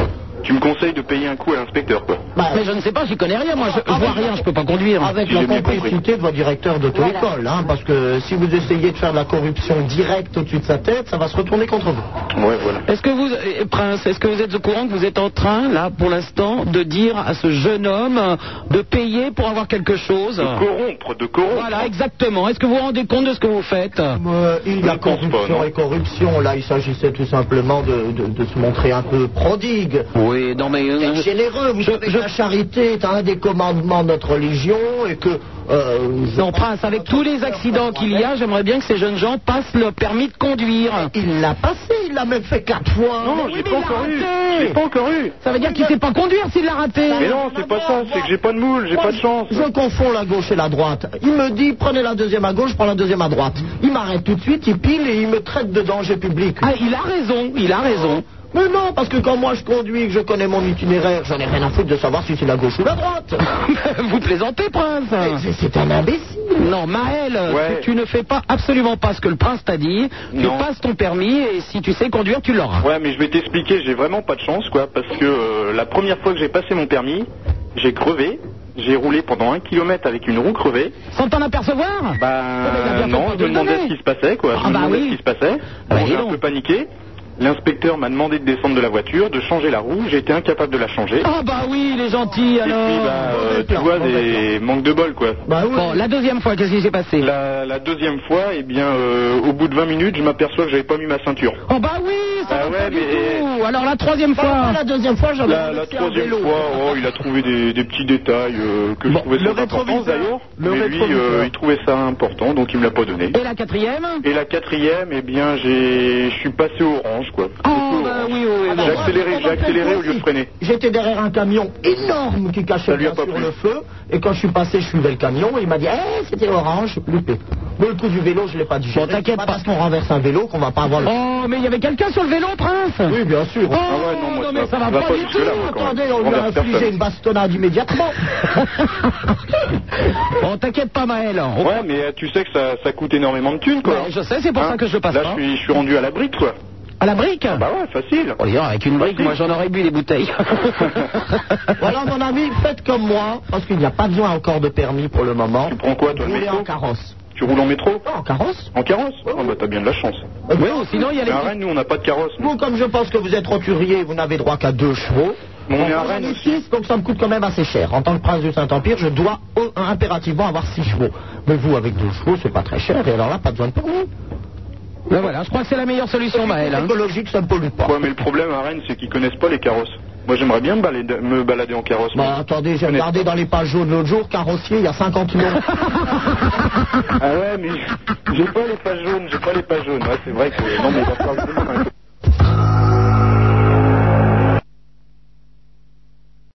S8: Tu me conseilles de payer un coup à l'inspecteur, quoi.
S3: Bah,
S4: Mais je ne sais pas, j'y connais rien, moi je,
S6: Ah,
S4: je vois rien, je peux pas conduire.
S3: Avec
S8: Si
S3: la
S8: j'ai bien
S3: complicité de votre directeur d'auto-école, hein, parce que si vous essayez de faire de la corruption directe au-dessus de sa tête, ça va se retourner contre vous.
S8: Ouais, voilà.
S4: Est-ce que vous, eh, Prince, est-ce que vous êtes au courant que vous êtes en train, là, pour l'instant, de dire à ce jeune homme euh, de payer pour avoir quelque chose
S8: De corrompre, de corrompre.
S4: Voilà, exactement. Est-ce que vous vous rendez compte de ce que vous faites
S3: Euh, il y a
S8: Je pense pas,
S3: corruption
S8: non.
S3: et corruption. Là, il s'agissait tout simplement de, de- de se montrer un peu prodigue.
S4: Oui, non mais... euh,
S3: D'être généreux. Vous savez que la charité est un des commandements de notre religion et que. euh, je
S4: Non,
S3: pense
S4: Prince,
S3: que
S4: avec
S3: notre
S4: tous les
S3: Seigneur
S4: accidents qu'il y a, j'aimerais bien que ces jeunes gens passent le permis de conduire.
S3: Il l'a passé, il l'a même fait quatre fois.
S8: Non,
S3: Mais
S8: je
S3: oui, mais
S8: l'ai pas
S3: il l'a
S8: encore eu.
S3: raté.
S8: Je l'ai pas encore eu.
S4: Ça veut dire qu'il sait pas conduire s'il l'a raté.
S8: Mais non, c'est pas ça, c'est que j'ai pas de moule, j'ai
S3: Moi,
S8: pas de
S3: je-
S8: chance.
S3: Je confonds la gauche et la droite. Il me dit prenez la deuxième à gauche, je prends la deuxième à droite. Il m'arrête tout de suite, il pile et il me traite de danger public.
S4: Ah, il a raison, il a raison.
S3: Mais non, parce que quand moi je conduis et que je connais mon itinéraire, j'en ai rien à foutre de savoir si c'est la gauche ou la droite.
S4: vous plaisantez, Prince
S3: Mais c'est- C'est un imbécile.
S4: Non, Maël,
S8: Ouais.
S4: tu, tu ne fais pas absolument pas ce que le prince t'a dit.
S8: Non.
S4: Tu passes ton permis et si tu sais conduire, tu l'auras.
S8: Ouais, mais je vais t'expliquer, j'ai vraiment pas de chance, quoi, parce que euh, la première fois que j'ai passé mon permis, j'ai crevé, j'ai roulé pendant un kilomètre avec une roue crevée.
S4: Sans t'en apercevoir
S3: Ben,
S4: Eh ben,
S8: Bah
S4: bien
S8: non,
S4: fait
S8: je
S4: de
S8: me
S4: le
S8: demandais
S4: donner.
S8: ce qui se passait, quoi.
S4: Ah,
S8: je me
S4: bah
S8: demandais
S4: oui.
S8: ce qui se passait.
S4: Bah,
S8: Bon,
S4: dis
S8: j'ai un
S4: donc.
S8: peu paniqué. L'inspecteur m'a demandé de descendre de la voiture, de changer la roue, j'ai été incapable de la changer.
S4: Ah bah oui, il est gentil
S8: Et puis,
S4: alors.
S8: bah, euh, tu
S3: plan,
S8: vois,
S3: mauvais
S8: des manques de bol, quoi.
S3: Bah oui.
S4: Bon, la deuxième fois, qu'est-ce qui s'est passé
S8: Euh, La, la deuxième fois, eh bien, euh, au bout de 20 minutes, je m'aperçois que j'avais pas mis ma ceinture.
S4: Oh bah oui, ça
S8: Ah
S4: va
S8: ouais,
S4: pas du
S8: mais- eh,
S4: tout. Alors la troisième fois.
S3: Enfin, la deuxième
S4: Ah,
S3: fois, j'en ai
S8: La, la
S3: fait un
S8: troisième
S3: vélo.
S8: fois, oh, il a trouvé des, des petits détails euh, que
S4: Bon,
S8: je trouvais
S4: le
S8: sans importance
S4: rétroviseur,
S8: d'ailleurs,
S4: le
S8: mais lui, euh,
S4: rétroviseur.
S8: il trouvait ça important, donc il me l'a pas donné.
S4: Et la quatrième
S8: Et la quatrième, eh bien, j'ai, je suis passé orange, quoi.
S4: Oh bah oui, oui, oui.
S3: Ah bah,
S8: J'ai
S3: moi,
S8: accéléré,
S3: je
S8: j'ai
S3: me rappelle
S8: accéléré
S3: pas
S8: au lieu de
S3: aussi.
S8: freiner.
S3: J'étais derrière un camion énorme qui cachait
S8: Ça lui a
S3: bien
S8: pas
S3: sûr
S8: plu.
S3: le feu. Et quand je suis passé, je suivais le camion. Et il m'a dit, Eh, c'était orange, loupé. Moi, le coup du vélo, je l'ai pas digéré.
S4: Bon, t'inquiète
S3: pas. parce qu'on renverse un vélo qu'on va pas avoir le.
S4: Oh, mais il y avait quelqu'un sur le vélo, Prince
S3: Ah, Oui, bien sûr.
S4: Oh,
S3: Ah
S4: non,
S3: moi,
S4: mais ça va pas, du tout
S3: Attendez, on lui a infligé une bastonnade immédiatement.
S4: Bon, Oh, t'inquiète pas, Maël. On-
S8: Ouais, mais euh, tu sais que ça, ça coûte énormément de thunes, quoi. Hein
S4: Ouais, Ah, oh. Bah, je sais, c'est pour ça que je le passe
S8: Là,
S4: pas.
S8: je suis, je suis rendu à la brique, quoi.
S4: À la brique
S8: Bah ouais, facile.
S4: Oh, dis donc, avec une brique, moi j'en aurais bu des bouteilles.
S3: voilà, mon ami, faites comme moi, parce qu'il n'y a pas besoin encore de permis pour le moment. Tu
S8: prends quoi, toi, le
S3: Roulez
S8: métro
S3: en carrosse.
S8: Tu roules en métro
S4: Ah,
S3: En carrosse
S8: En carrosse
S4: Oh,
S8: Ah bah t'as bien de la chance.
S3: Oui, sinon, il y a les-
S8: Mais à Rennes, nous, on n'a pas de carrosse.
S3: Vous, comme je pense que vous êtes roturier, vous n'avez droit qu'à deux chevaux.
S8: Mais on
S3: Moi,
S8: est à
S3: j'en ai
S8: Rennes
S3: six, donc ça me coûte quand même assez cher. En tant que prince du Saint-Empire, je dois au- impérativement avoir six chevaux. Mais vous, avec deux chevaux, c'est pas très cher, et alors là, pas besoin de permis.
S4: Ben voilà, je crois que c'est la meilleure solution, Maël. hein.
S3: Écologique, ça ne pollue pas.
S8: Ouais, mais le problème à Rennes, c'est qu'ils connaissent pas les carrosses. Moi, j'aimerais bien me balader, me balader en carrosse.
S3: Bah, attendez, j'ai regardé dans les pages jaunes l'autre jour, carrossier, il y a 50 noms.
S8: Ah ouais, mais j'ai pas les pages jaunes, j'ai pas les pages jaunes. Ouais, c'est vrai que. Non, mais il va falloir que je me mette un peu